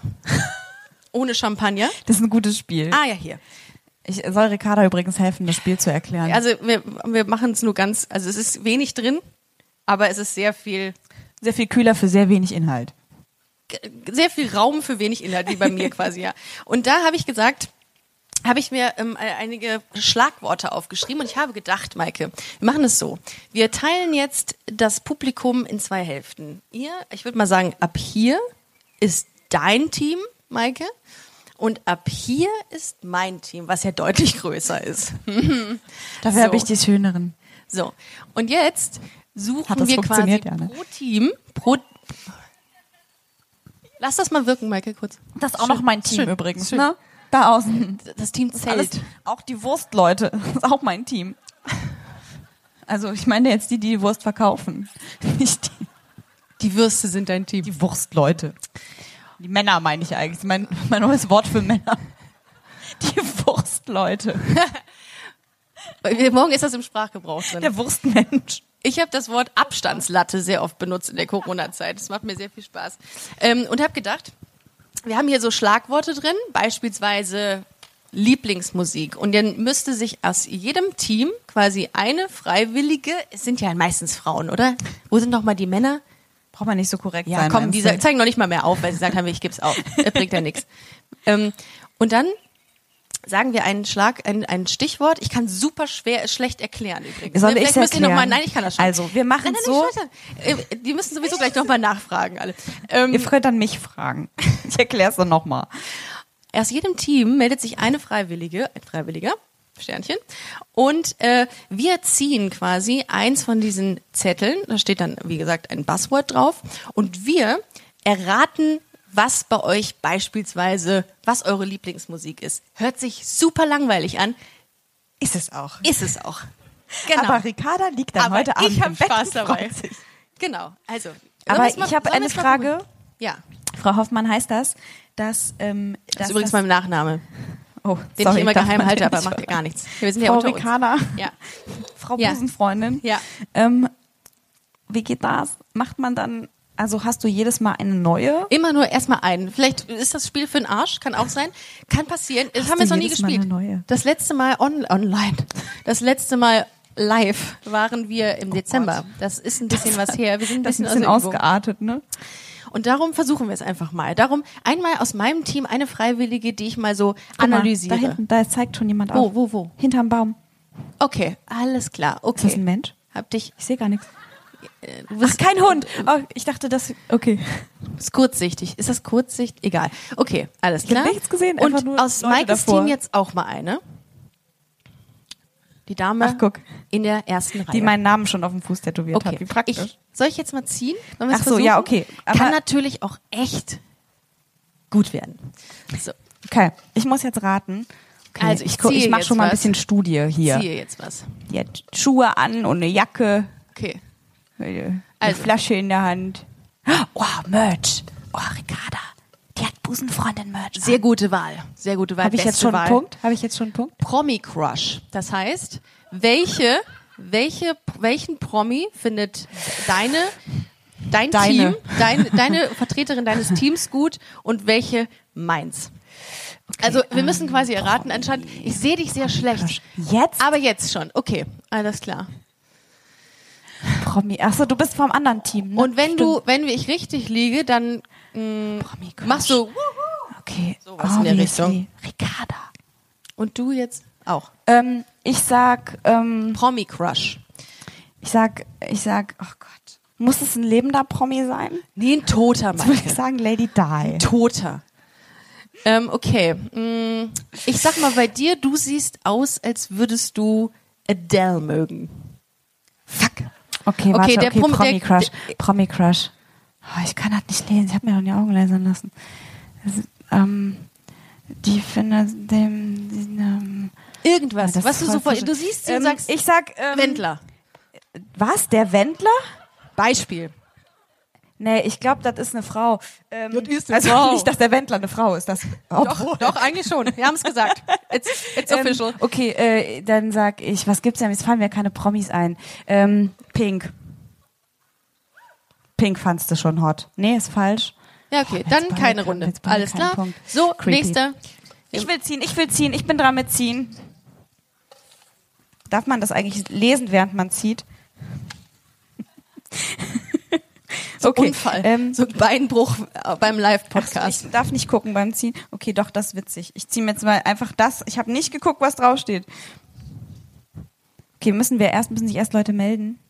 [SPEAKER 3] Ohne Champagner.
[SPEAKER 4] Das ist ein gutes Spiel.
[SPEAKER 3] Ah ja, hier.
[SPEAKER 4] Ich soll Ricarda übrigens helfen, das Spiel zu erklären.
[SPEAKER 3] Also wir, wir machen es nur ganz, also es ist wenig drin, aber es ist sehr viel
[SPEAKER 4] sehr viel kühler für sehr wenig Inhalt.
[SPEAKER 3] sehr viel Raum für wenig Inhalt, wie bei mir quasi, ja. Und da habe ich gesagt, habe ich mir ähm, ein- einige Schlagworte aufgeschrieben und ich habe gedacht, Maike, wir machen es so. Wir teilen jetzt das Publikum in zwei Hälften. Ihr, ich würde mal sagen, ab hier ist dein Team, Maike, und ab hier ist mein Team, was ja deutlich größer ist.
[SPEAKER 4] Dafür
[SPEAKER 3] So.
[SPEAKER 4] habe ich die schöneren.
[SPEAKER 3] So, und jetzt
[SPEAKER 4] Hat
[SPEAKER 3] suchen
[SPEAKER 4] das
[SPEAKER 3] wir quasi
[SPEAKER 4] funktioniert, ja, ne?
[SPEAKER 3] pro Team, pro... Lass das mal wirken, Maike, kurz.
[SPEAKER 4] Das ist auch noch mein Team
[SPEAKER 3] schön,
[SPEAKER 4] übrigens,
[SPEAKER 3] schön.
[SPEAKER 4] ne? Da außen.
[SPEAKER 3] Das Team
[SPEAKER 4] Alles,
[SPEAKER 3] zählt.
[SPEAKER 4] auch die Wurstleute. Das ist auch mein Team. Also ich meine jetzt die, die die Wurst verkaufen. Nicht die,
[SPEAKER 3] Die Würste sind dein Team.
[SPEAKER 4] die Wurstleute. Die Männer meine ich eigentlich. Mein, mein neues Wort für Männer. Die Wurstleute.
[SPEAKER 3] Morgen ist das im Sprachgebrauch drin.
[SPEAKER 4] Der Wurstmensch.
[SPEAKER 3] Ich habe das Wort Abstandslatte sehr oft benutzt in der Corona-Zeit. Das macht mir sehr viel Spaß. Ähm, und habe gedacht, wir haben hier so Schlagworte drin, beispielsweise Lieblingsmusik. Und dann müsste sich aus jedem Team quasi eine Freiwillige, es sind ja meistens Frauen, oder? Wo sind noch mal die Männer?
[SPEAKER 4] Braucht man nicht so korrekt
[SPEAKER 3] Ja,
[SPEAKER 4] sein.
[SPEAKER 3] komm,
[SPEAKER 4] meinst
[SPEAKER 3] die
[SPEAKER 4] du?
[SPEAKER 3] sa- zeigen noch nicht mal mehr auf, weil sie sagt haben, ich gib's auf. Das bringt ja nichts. Ähm, und dann sagen wir einen Schlag, ein, ein Stichwort. Ich kann super schwer, schlecht erklären übrigens.
[SPEAKER 4] Soll
[SPEAKER 3] Ne,
[SPEAKER 4] ich
[SPEAKER 3] Vielleicht müsst ihr
[SPEAKER 4] erklären?
[SPEAKER 3] noch mal, nein, ich kann das schon.
[SPEAKER 4] Also, wir machen
[SPEAKER 3] nein, nein,
[SPEAKER 4] so-
[SPEAKER 3] ich weiß ja. Äh, Die müssen sowieso gleich nochmal nachfragen, alle. Ähm,
[SPEAKER 4] Ihr könnt dann mich fragen. Ich erkläre es dann nochmal.
[SPEAKER 3] aus jedem Team meldet sich eine Freiwillige, ein Freiwilliger, Sternchen. Und äh, wir ziehen quasi eins von diesen Zetteln, da steht dann, wie gesagt, ein Buzzword drauf. Und wir erraten, was bei euch beispielsweise, was eure Lieblingsmusik ist. Hört sich super langweilig an,
[SPEAKER 4] Ist es auch.
[SPEAKER 3] ist es auch. Genau.
[SPEAKER 4] Aber Ricarda liegt dann
[SPEAKER 3] Aber
[SPEAKER 4] heute Abend
[SPEAKER 3] ich
[SPEAKER 4] im
[SPEAKER 3] habe
[SPEAKER 4] Bett
[SPEAKER 3] Spaß
[SPEAKER 4] und
[SPEAKER 3] dabei.
[SPEAKER 4] freut sich.
[SPEAKER 3] Genau, also.
[SPEAKER 4] Aber
[SPEAKER 3] Sollen wir's mal-
[SPEAKER 4] ich habe
[SPEAKER 3] sollen
[SPEAKER 4] eine
[SPEAKER 3] wir's mal
[SPEAKER 4] Frage.
[SPEAKER 3] probieren? Ja.
[SPEAKER 4] Frau Hoffmann heißt das, dass, ähm,
[SPEAKER 3] Das
[SPEAKER 4] dass
[SPEAKER 3] ist übrigens
[SPEAKER 4] das,
[SPEAKER 3] mein Nachname,
[SPEAKER 4] oh,
[SPEAKER 3] den
[SPEAKER 4] sorry,
[SPEAKER 3] ich immer
[SPEAKER 4] darf man
[SPEAKER 3] geheim halte,
[SPEAKER 4] den
[SPEAKER 3] aber
[SPEAKER 4] nicht
[SPEAKER 3] macht ja gar nichts. Wir sind ja
[SPEAKER 4] Frau
[SPEAKER 3] unter uns.
[SPEAKER 4] Ricarda,
[SPEAKER 3] Ja.
[SPEAKER 4] Frau
[SPEAKER 3] Ja.
[SPEAKER 4] Busenfreundin.
[SPEAKER 3] Ja.
[SPEAKER 4] Ähm, wie geht das? Macht man dann, also hast du jedes Mal eine neue?
[SPEAKER 3] Immer nur erstmal einen. Vielleicht ist das Spiel für den Arsch, kann auch sein. Kann passieren. Das
[SPEAKER 4] Hast
[SPEAKER 3] haben
[SPEAKER 4] du
[SPEAKER 3] wir noch nie
[SPEAKER 4] jedes Mal
[SPEAKER 3] gespielt.
[SPEAKER 4] eine neue?
[SPEAKER 3] Das letzte Mal on online. Das letzte Mal live waren wir im Dezember. Das ist ein bisschen was her. Wir sind ein
[SPEAKER 4] Oh Das ist
[SPEAKER 3] bisschen, also
[SPEAKER 4] ein bisschen
[SPEAKER 3] aus der Übung.
[SPEAKER 4] ausgeartet, ne?
[SPEAKER 3] Und darum versuchen wir es einfach mal. Darum einmal aus meinem Team eine Freiwillige, die ich mal so
[SPEAKER 4] Guck mal,
[SPEAKER 3] analysiere.
[SPEAKER 4] Da hinten, da zeigt schon jemand
[SPEAKER 3] Wo,
[SPEAKER 4] auf.
[SPEAKER 3] wo, wo?
[SPEAKER 4] Hinterm Baum.
[SPEAKER 3] Okay, alles klar. Okay.
[SPEAKER 4] Ist das ein Mensch?
[SPEAKER 3] Hab dich.
[SPEAKER 4] Ich sehe gar nichts.
[SPEAKER 3] Du bist
[SPEAKER 4] Kein Hund. Oh, ich dachte, das. Okay.
[SPEAKER 3] Ist kurzsichtig. Ist das kurzsicht? Egal. Okay, alles
[SPEAKER 4] hab
[SPEAKER 3] klar.
[SPEAKER 4] nichts gesehen, einfach
[SPEAKER 3] Und
[SPEAKER 4] nur
[SPEAKER 3] aus
[SPEAKER 4] Leute
[SPEAKER 3] Maikes
[SPEAKER 4] davor.
[SPEAKER 3] Team jetzt auch mal eine. Die Dame
[SPEAKER 4] Ach, guck.
[SPEAKER 3] in der ersten Reihe.
[SPEAKER 4] Die meinen Namen schon auf dem Fuß tätowiert
[SPEAKER 3] okay.
[SPEAKER 4] hat. Wie praktisch.
[SPEAKER 3] Ich, soll ich jetzt mal ziehen? Sollen wir's
[SPEAKER 4] Ach so, ja,
[SPEAKER 3] versuchen?
[SPEAKER 4] okay. Aber-
[SPEAKER 3] Kann natürlich auch echt gut werden. So,
[SPEAKER 4] okay. Ich muss jetzt raten. Okay.
[SPEAKER 3] Also, ich
[SPEAKER 4] gu- ich
[SPEAKER 3] ziehe
[SPEAKER 4] mache
[SPEAKER 3] jetzt
[SPEAKER 4] schon mal ein
[SPEAKER 3] was.
[SPEAKER 4] bisschen Studie hier.
[SPEAKER 3] ziehe jetzt was.
[SPEAKER 4] Die hat Schuhe an und eine Jacke. äh,
[SPEAKER 3] Okay.
[SPEAKER 4] Eine
[SPEAKER 3] Also.
[SPEAKER 4] Flasche in der Hand. Oh, Merch. Oh, Ricarda. Die hat Busenfreundin-Merch.
[SPEAKER 3] Sehr gute Wahl. Sehr gute Wahl.
[SPEAKER 4] Habe ich
[SPEAKER 3] Beste
[SPEAKER 4] jetzt schon
[SPEAKER 3] Wahl.
[SPEAKER 4] einen Punkt? Habe ich jetzt schon einen Punkt?
[SPEAKER 3] Promi Crush. Das heißt, welche, welche, welchen Promi findet deine, dein
[SPEAKER 4] Deine.
[SPEAKER 3] Team, dein, deine Vertreterin deines Teams gut und welche meins? also
[SPEAKER 4] ähm,
[SPEAKER 3] wir müssen quasi erraten, anscheinend, ich sehe dich sehr schlecht.
[SPEAKER 4] Jetzt?
[SPEAKER 3] Aber jetzt schon, okay, alles klar.
[SPEAKER 4] Promi. Achso, du bist vom anderen Team. Ne?
[SPEAKER 3] Und wenn du, wenn ich richtig liege, dann mh, machst du
[SPEAKER 4] Okay.
[SPEAKER 3] Sowas in der
[SPEAKER 4] Obviously.
[SPEAKER 3] Richtung.
[SPEAKER 4] Ricarda.
[SPEAKER 3] und du jetzt auch.
[SPEAKER 4] Ähm, ich sag, ähm,
[SPEAKER 3] Promi Crush.
[SPEAKER 4] ich sag, ich sag, oh Gott. Muss es ein lebender Promi sein?
[SPEAKER 3] Nee, ein toter
[SPEAKER 4] Ich
[SPEAKER 3] Mann.
[SPEAKER 4] würde sagen Lady Di.
[SPEAKER 3] Toter. Ähm, okay. Mm, Ich sag mal bei dir, du siehst aus, als würdest du Adele mögen. Fuck.
[SPEAKER 4] Okay,
[SPEAKER 3] Okay,
[SPEAKER 4] warte,
[SPEAKER 3] der
[SPEAKER 4] okay,
[SPEAKER 3] Prom- der-
[SPEAKER 4] Promi Crush. Promi Crush. Oh, ich kann das nicht lesen. Ich habe mir doch die Augen lasern lassen. Das ist, ähm, die findet dem. den, ähm,
[SPEAKER 3] Irgendwas,
[SPEAKER 4] das
[SPEAKER 3] was du
[SPEAKER 4] ist voll
[SPEAKER 3] so vor,
[SPEAKER 4] frisch.
[SPEAKER 3] du siehst sie
[SPEAKER 4] ähm,
[SPEAKER 3] und sagst,
[SPEAKER 4] Ich sag. Ähm,
[SPEAKER 3] Wendler.
[SPEAKER 4] Was? Der Wendler?
[SPEAKER 3] Beispiel.
[SPEAKER 4] Nee, ich glaube, das ist eine Frau. Ähm,
[SPEAKER 3] Das ist eine
[SPEAKER 4] also
[SPEAKER 3] Frau.
[SPEAKER 4] nicht, dass der Wendler eine Frau ist. Das,
[SPEAKER 3] Doch, doch, eigentlich schon. Wir haben es gesagt. It's, it's official.
[SPEAKER 4] Ähm, okay, äh, dann sag ich, was gibt's denn? Jetzt fallen mir keine Promis ein. Ähm, Pink. Pink fandst du schon hot. Nee, ist falsch.
[SPEAKER 3] Ja, okay,
[SPEAKER 4] jetzt
[SPEAKER 3] dann
[SPEAKER 4] beide
[SPEAKER 3] keine
[SPEAKER 4] keinen-
[SPEAKER 3] Runde.
[SPEAKER 4] jetzt beide
[SPEAKER 3] Alles
[SPEAKER 4] keinen
[SPEAKER 3] klar.
[SPEAKER 4] Punkt.
[SPEAKER 3] So,
[SPEAKER 4] Creepy.
[SPEAKER 3] nächster.
[SPEAKER 4] Ich will ziehen, ich will ziehen, ich bin dran mit ziehen. Darf man das eigentlich lesen, während man zieht?
[SPEAKER 3] So
[SPEAKER 4] Okay,
[SPEAKER 3] Unfall.
[SPEAKER 4] ähm,
[SPEAKER 3] so ein Beinbruch äh, beim Live-Podcast.
[SPEAKER 4] Ich darf nicht gucken beim Ziehen. Okay, doch, das ist witzig. Ich ziehe mir jetzt mal einfach das. Ich habe nicht geguckt, was draufsteht. Okay, müssen wir erst, müssen sich erst Leute melden?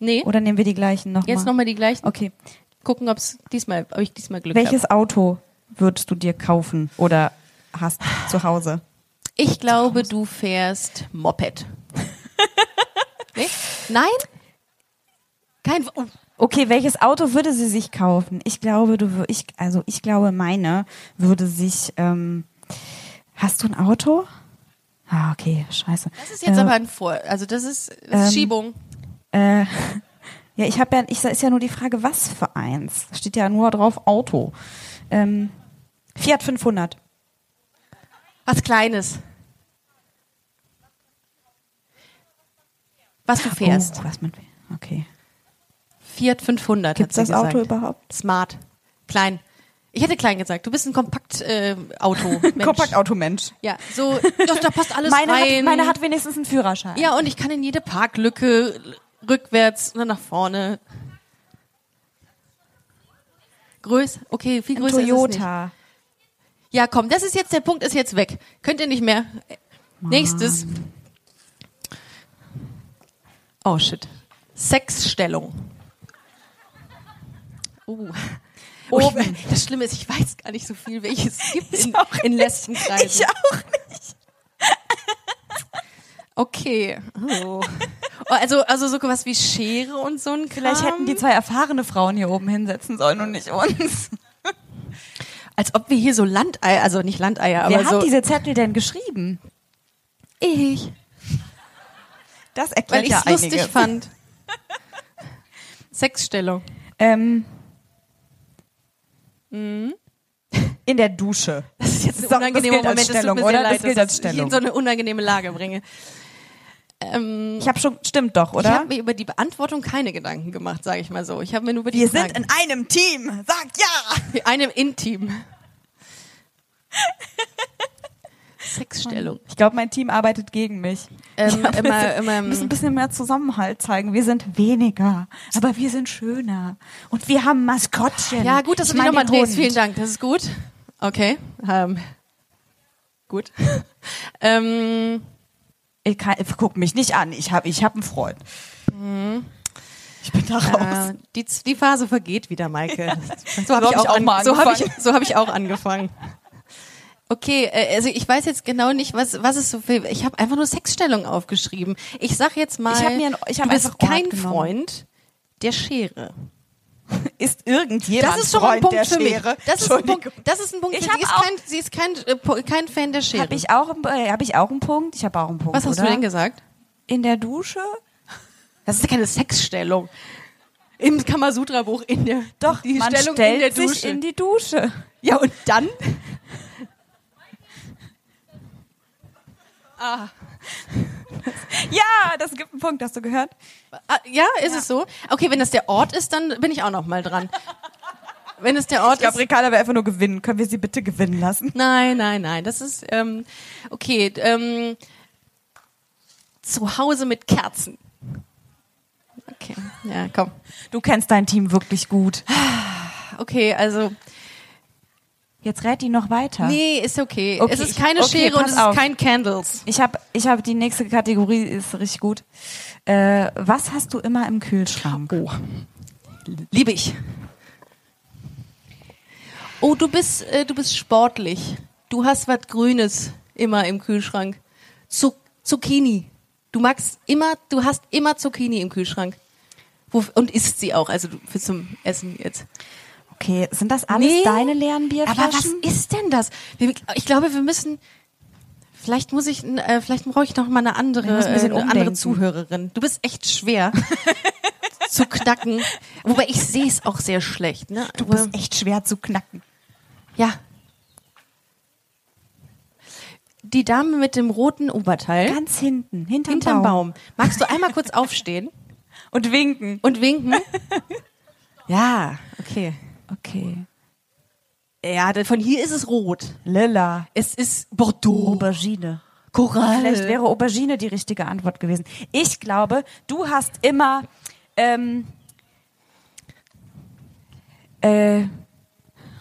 [SPEAKER 3] Nee,
[SPEAKER 4] Oder nehmen wir die gleichen nochmal?
[SPEAKER 3] jetzt nochmal die gleichen.
[SPEAKER 4] Okay.
[SPEAKER 3] Gucken, ob's diesmal, ob ich diesmal Glück habe.
[SPEAKER 4] Welches Auto würdest du dir kaufen oder hast zu Hause?
[SPEAKER 3] Ich glaube, du fährst Moped. nee? Nein? Kein. Oh,
[SPEAKER 4] Okay, welches Auto würde sie sich kaufen? Ich glaube, du wür- ich also ich glaube, meine würde sich ähm, Hast du ein Auto? Ah, okay, scheiße.
[SPEAKER 3] das ist jetzt
[SPEAKER 4] äh,
[SPEAKER 3] aber ein Vor. Also, das ist, das ist
[SPEAKER 4] ähm,
[SPEAKER 3] Schiebung.
[SPEAKER 4] äh, ja, ich habe ja ich ist ja nur die Frage, was für eins. Steht ja nur drauf Auto. Ähm, Fiat 500.
[SPEAKER 3] Was Kleines. Was du fährst.
[SPEAKER 4] Oh, was man Okay.
[SPEAKER 3] Fiat 500.
[SPEAKER 4] Gibt's
[SPEAKER 3] hat sie
[SPEAKER 4] das Auto
[SPEAKER 3] gesagt.
[SPEAKER 4] überhaupt?
[SPEAKER 3] Smart. Klein. Ich hätte klein gesagt. Du bist ein Kompakt-Auto.
[SPEAKER 4] Kompakautomensch.
[SPEAKER 3] Ja, so. Ja, da passt alles
[SPEAKER 4] Meine
[SPEAKER 3] rein.
[SPEAKER 4] hat, meine hat wenigstens einen Führerschein.
[SPEAKER 3] Ja, und ich kann in jede Parklücke rückwärts und dann nach vorne. Größ, okay, viel
[SPEAKER 4] Ein
[SPEAKER 3] größer ist es nicht.
[SPEAKER 4] Toyota.
[SPEAKER 3] Ja, komm, das ist jetzt der Punkt, ist jetzt weg. Könnt ihr nicht mehr. Nächstes. Oh shit. Sexstellung. Uh. Oh, ich, das Schlimme ist, ich weiß gar nicht so viel, welches es gibt in, in Lesbenkreisen. Ich auch nicht. Okay. Oh. Oh, also, also so was wie Schere und so ein Kram.
[SPEAKER 4] Vielleicht hätten die zwei erfahrene Frauen hier oben hinsetzen sollen und nicht uns.
[SPEAKER 3] Als ob wir hier so Landeier, also nicht Landeier, aber
[SPEAKER 4] Wer
[SPEAKER 3] so...
[SPEAKER 4] hat diese Zettel denn geschrieben?
[SPEAKER 3] ich.
[SPEAKER 4] Das
[SPEAKER 3] Weil
[SPEAKER 4] erklärt
[SPEAKER 3] ich es lustig fand. Sexstellung.
[SPEAKER 4] Ähm,
[SPEAKER 3] Mhm.
[SPEAKER 4] In der Dusche.
[SPEAKER 3] Das ist jetzt ein
[SPEAKER 4] So, das
[SPEAKER 3] unangenehmer
[SPEAKER 4] gilt
[SPEAKER 3] Moment. Es
[SPEAKER 4] als
[SPEAKER 3] tut mir
[SPEAKER 4] Stellung,
[SPEAKER 3] sehr
[SPEAKER 4] oder?
[SPEAKER 3] leid,
[SPEAKER 4] Das gilt
[SPEAKER 3] dass
[SPEAKER 4] als
[SPEAKER 3] ich dich
[SPEAKER 4] Stellung.
[SPEAKER 3] in so eine unangenehme Lage bringe. Ähm,
[SPEAKER 4] Ich habe schon, stimmt doch,
[SPEAKER 3] ich habe
[SPEAKER 4] oder?
[SPEAKER 3] mir über die Beantwortung keine Gedanken gemacht, sage ich mal so. Ich habe mir nur über die
[SPEAKER 4] Wir
[SPEAKER 3] Fragen-
[SPEAKER 4] sind in einem Team. Sag ja.
[SPEAKER 3] Mit einem Intim. Sexstellung.
[SPEAKER 4] Ich glaube, mein Team arbeitet gegen mich.
[SPEAKER 3] Ähm, immer, immer,
[SPEAKER 4] Wir müssen ein bisschen mehr Zusammenhalt zeigen. Wir sind weniger, aber wir sind schöner. Und wir haben Maskottchen.
[SPEAKER 3] ja, gut, dass
[SPEAKER 4] Ich
[SPEAKER 3] du dich
[SPEAKER 4] mein,
[SPEAKER 3] nochmal
[SPEAKER 4] den
[SPEAKER 3] drehst.
[SPEAKER 4] Hund.
[SPEAKER 3] Vielen Dank, das ist gut. Okay. Ähm, gut. ähm,
[SPEAKER 4] Ich kann, guck mich nicht an. Ich habe ich hab einen Freund. Ich bin da raus.
[SPEAKER 3] äh, die, die Phase vergeht wieder, Maike. So habe
[SPEAKER 4] So hab
[SPEAKER 3] ich, auch
[SPEAKER 4] ich auch
[SPEAKER 3] an-
[SPEAKER 4] mal
[SPEAKER 3] so hab ich,
[SPEAKER 4] angefangen.
[SPEAKER 3] so hab ich auch angefangen. Okay, äh, also ich weiß jetzt genau nicht, was was ist so viel. Ich habe einfach nur Sexstellung aufgeschrieben. Ich sag jetzt mal,
[SPEAKER 4] Ich hab mir ein- ich hab
[SPEAKER 3] du bist
[SPEAKER 4] einfach Ort
[SPEAKER 3] kein
[SPEAKER 4] genommen.
[SPEAKER 3] Freund der Schere.
[SPEAKER 4] Ist irgendjemand
[SPEAKER 3] das ist schon
[SPEAKER 4] Freund
[SPEAKER 3] ein Punkt
[SPEAKER 4] der
[SPEAKER 3] für mich.
[SPEAKER 4] Schere?
[SPEAKER 3] Das ist ein Punkt. Das ist ein Punkt.
[SPEAKER 4] Ich
[SPEAKER 3] für
[SPEAKER 4] hab
[SPEAKER 3] sie ist
[SPEAKER 4] auch-
[SPEAKER 3] kein, sie ist kein, äh, po- kein Fan der Schere.
[SPEAKER 4] Habe ich, auch einen- äh, hab ich auch einen Punkt? Ich habe auch einen Punkt.
[SPEAKER 3] Was hast
[SPEAKER 4] oder?
[SPEAKER 3] du denn gesagt?
[SPEAKER 4] In der Dusche?
[SPEAKER 3] Das ist ja keine Sexstellung. Im Kamasutra-Buch in der
[SPEAKER 4] Doch,
[SPEAKER 3] die
[SPEAKER 4] man
[SPEAKER 3] Stellung
[SPEAKER 4] stellt
[SPEAKER 3] in der
[SPEAKER 4] sich
[SPEAKER 3] Dusche.
[SPEAKER 4] in die Dusche.
[SPEAKER 3] ja und dann?
[SPEAKER 4] Ja, das gibt einen Punkt. Hast du gehört?
[SPEAKER 3] Ah, ja, ist es so? Okay, wenn das der Ort ist, dann bin ich auch noch mal dran. wenn es der Ort
[SPEAKER 4] Ich glaube,
[SPEAKER 3] ist.
[SPEAKER 4] Ricarda will einfach nur gewinnen. Können wir sie bitte gewinnen lassen?
[SPEAKER 3] Nein, nein, nein. Das ist ähm, okay. Ähm, zu Hause mit Kerzen. Okay, ja, komm.
[SPEAKER 4] Du kennst dein Team wirklich gut.
[SPEAKER 3] Okay, also
[SPEAKER 4] Jetzt rät die noch weiter.
[SPEAKER 3] Nee, ist okay.
[SPEAKER 4] Okay,
[SPEAKER 3] es ist
[SPEAKER 4] ich-
[SPEAKER 3] keine
[SPEAKER 4] okay,
[SPEAKER 3] Schere und
[SPEAKER 4] pass
[SPEAKER 3] es
[SPEAKER 4] auf.
[SPEAKER 3] ist kein Candles.
[SPEAKER 4] Ich habe ich hab die nächste Kategorie, ist richtig gut. Äh, was hast du immer im Kühlschrank?
[SPEAKER 3] Oh. Liebe ich. Oh, du bist, äh, du bist sportlich. Du hast was Grünes immer im Kühlschrank. Zu Zucchini. Du magst immer, du hast immer Zucchini im Kühlschrank. Wo, und isst sie auch, also du- für zum Essen jetzt.
[SPEAKER 4] Okay, sind das alles
[SPEAKER 3] Nee.
[SPEAKER 4] deine leeren
[SPEAKER 3] Aber was
[SPEAKER 4] Bierflaschen?
[SPEAKER 3] ist denn das? Wir- Ich glaube, wir müssen. Vielleicht muss ich, äh, vielleicht brauche ich noch mal eine andere,
[SPEAKER 4] Wir müssen ein bisschen
[SPEAKER 3] äh, eine andere
[SPEAKER 4] umdenken.
[SPEAKER 3] Zuhörerin. Du bist echt schwer zu knacken. Wobei ich sehe es auch sehr schlecht. Ne?
[SPEAKER 4] Du bist echt schwer zu knacken.
[SPEAKER 3] ja. Die Dame mit dem roten Oberteil
[SPEAKER 4] Ganz hinten, hinterm,
[SPEAKER 3] hinterm
[SPEAKER 4] Baum.
[SPEAKER 3] Baum. Magst du einmal kurz aufstehen
[SPEAKER 4] Und winken.
[SPEAKER 3] und winken? ja, okay.
[SPEAKER 4] Okay.
[SPEAKER 3] Ja, denn von hier ist es rot.
[SPEAKER 4] Lilla.
[SPEAKER 3] Es ist Bordeaux.
[SPEAKER 4] Aubergine.
[SPEAKER 3] Korall.
[SPEAKER 4] Vielleicht wäre Aubergine die richtige Antwort gewesen. Ich glaube, du hast immer ähm, äh,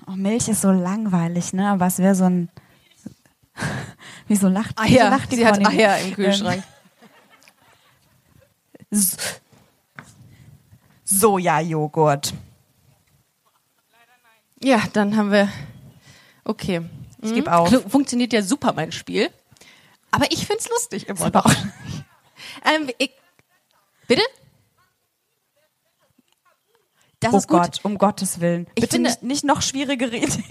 [SPEAKER 4] oh, Milch ist so langweilig, ne? Aber es wäre so ein wieso lacht, wieso
[SPEAKER 3] Eier.
[SPEAKER 4] lacht die
[SPEAKER 3] Sie hat
[SPEAKER 4] Conny?
[SPEAKER 3] Eier im Kühlschrank.
[SPEAKER 4] Ähm, S- Sojajoghurt.
[SPEAKER 3] Ja, dann haben wir. Okay. Hm? Ich
[SPEAKER 4] geb auf.
[SPEAKER 3] Funktioniert ja super mein Spiel. Aber ich find's lustig immer noch. ähm, ich, bitte? Das
[SPEAKER 4] Oh
[SPEAKER 3] ist gut.
[SPEAKER 4] Gott, um Gottes Willen.
[SPEAKER 3] Ich
[SPEAKER 4] Bitte
[SPEAKER 3] finde-
[SPEAKER 4] nicht, nicht noch schwierige Reden.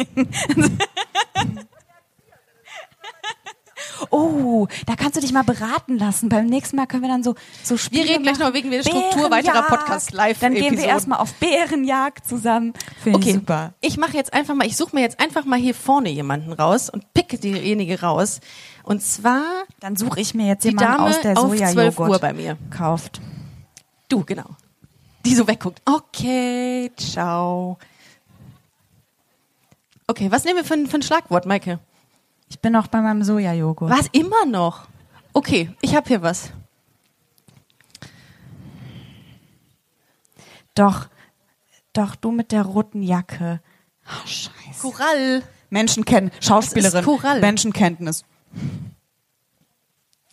[SPEAKER 4] oh, da kannst du dich mal beraten lassen. Beim nächsten Mal können wir dann so, so Spiele
[SPEAKER 3] Wir reden gleich
[SPEAKER 4] machen.
[SPEAKER 3] noch wegen der Struktur weiterer
[SPEAKER 4] Bärenjagd.
[SPEAKER 3] Podcast-Live.
[SPEAKER 4] Dann gehen wir erstmal auf Bärenjagd zusammen. Finde
[SPEAKER 3] Okay, ich mache jetzt einfach mal, ich suche mir jetzt einfach mal hier vorne jemanden raus und picke diejenige raus. Und zwar
[SPEAKER 4] Dann suche ich mir jetzt
[SPEAKER 3] die
[SPEAKER 4] jemanden
[SPEAKER 3] Dame
[SPEAKER 4] aus, der
[SPEAKER 3] auf 12 Uhr
[SPEAKER 4] Sojajoghurt
[SPEAKER 3] bei mir.
[SPEAKER 4] kauft.
[SPEAKER 3] Du, genau. Die so wegguckt. Okay, ciao. Okay, was nehmen wir für, ein- für ein Schlagwort, Maike?
[SPEAKER 4] Ich bin noch bei meinem Sojajoghurt.
[SPEAKER 3] Was? Immer noch? Okay, ich habe hier was.
[SPEAKER 4] Doch, doch, du mit der roten Jacke. Oh, scheiße.
[SPEAKER 3] Korall.
[SPEAKER 4] Menschenkenntnis. Schauspielerin.
[SPEAKER 3] Korall.
[SPEAKER 4] Menschenkenntnis.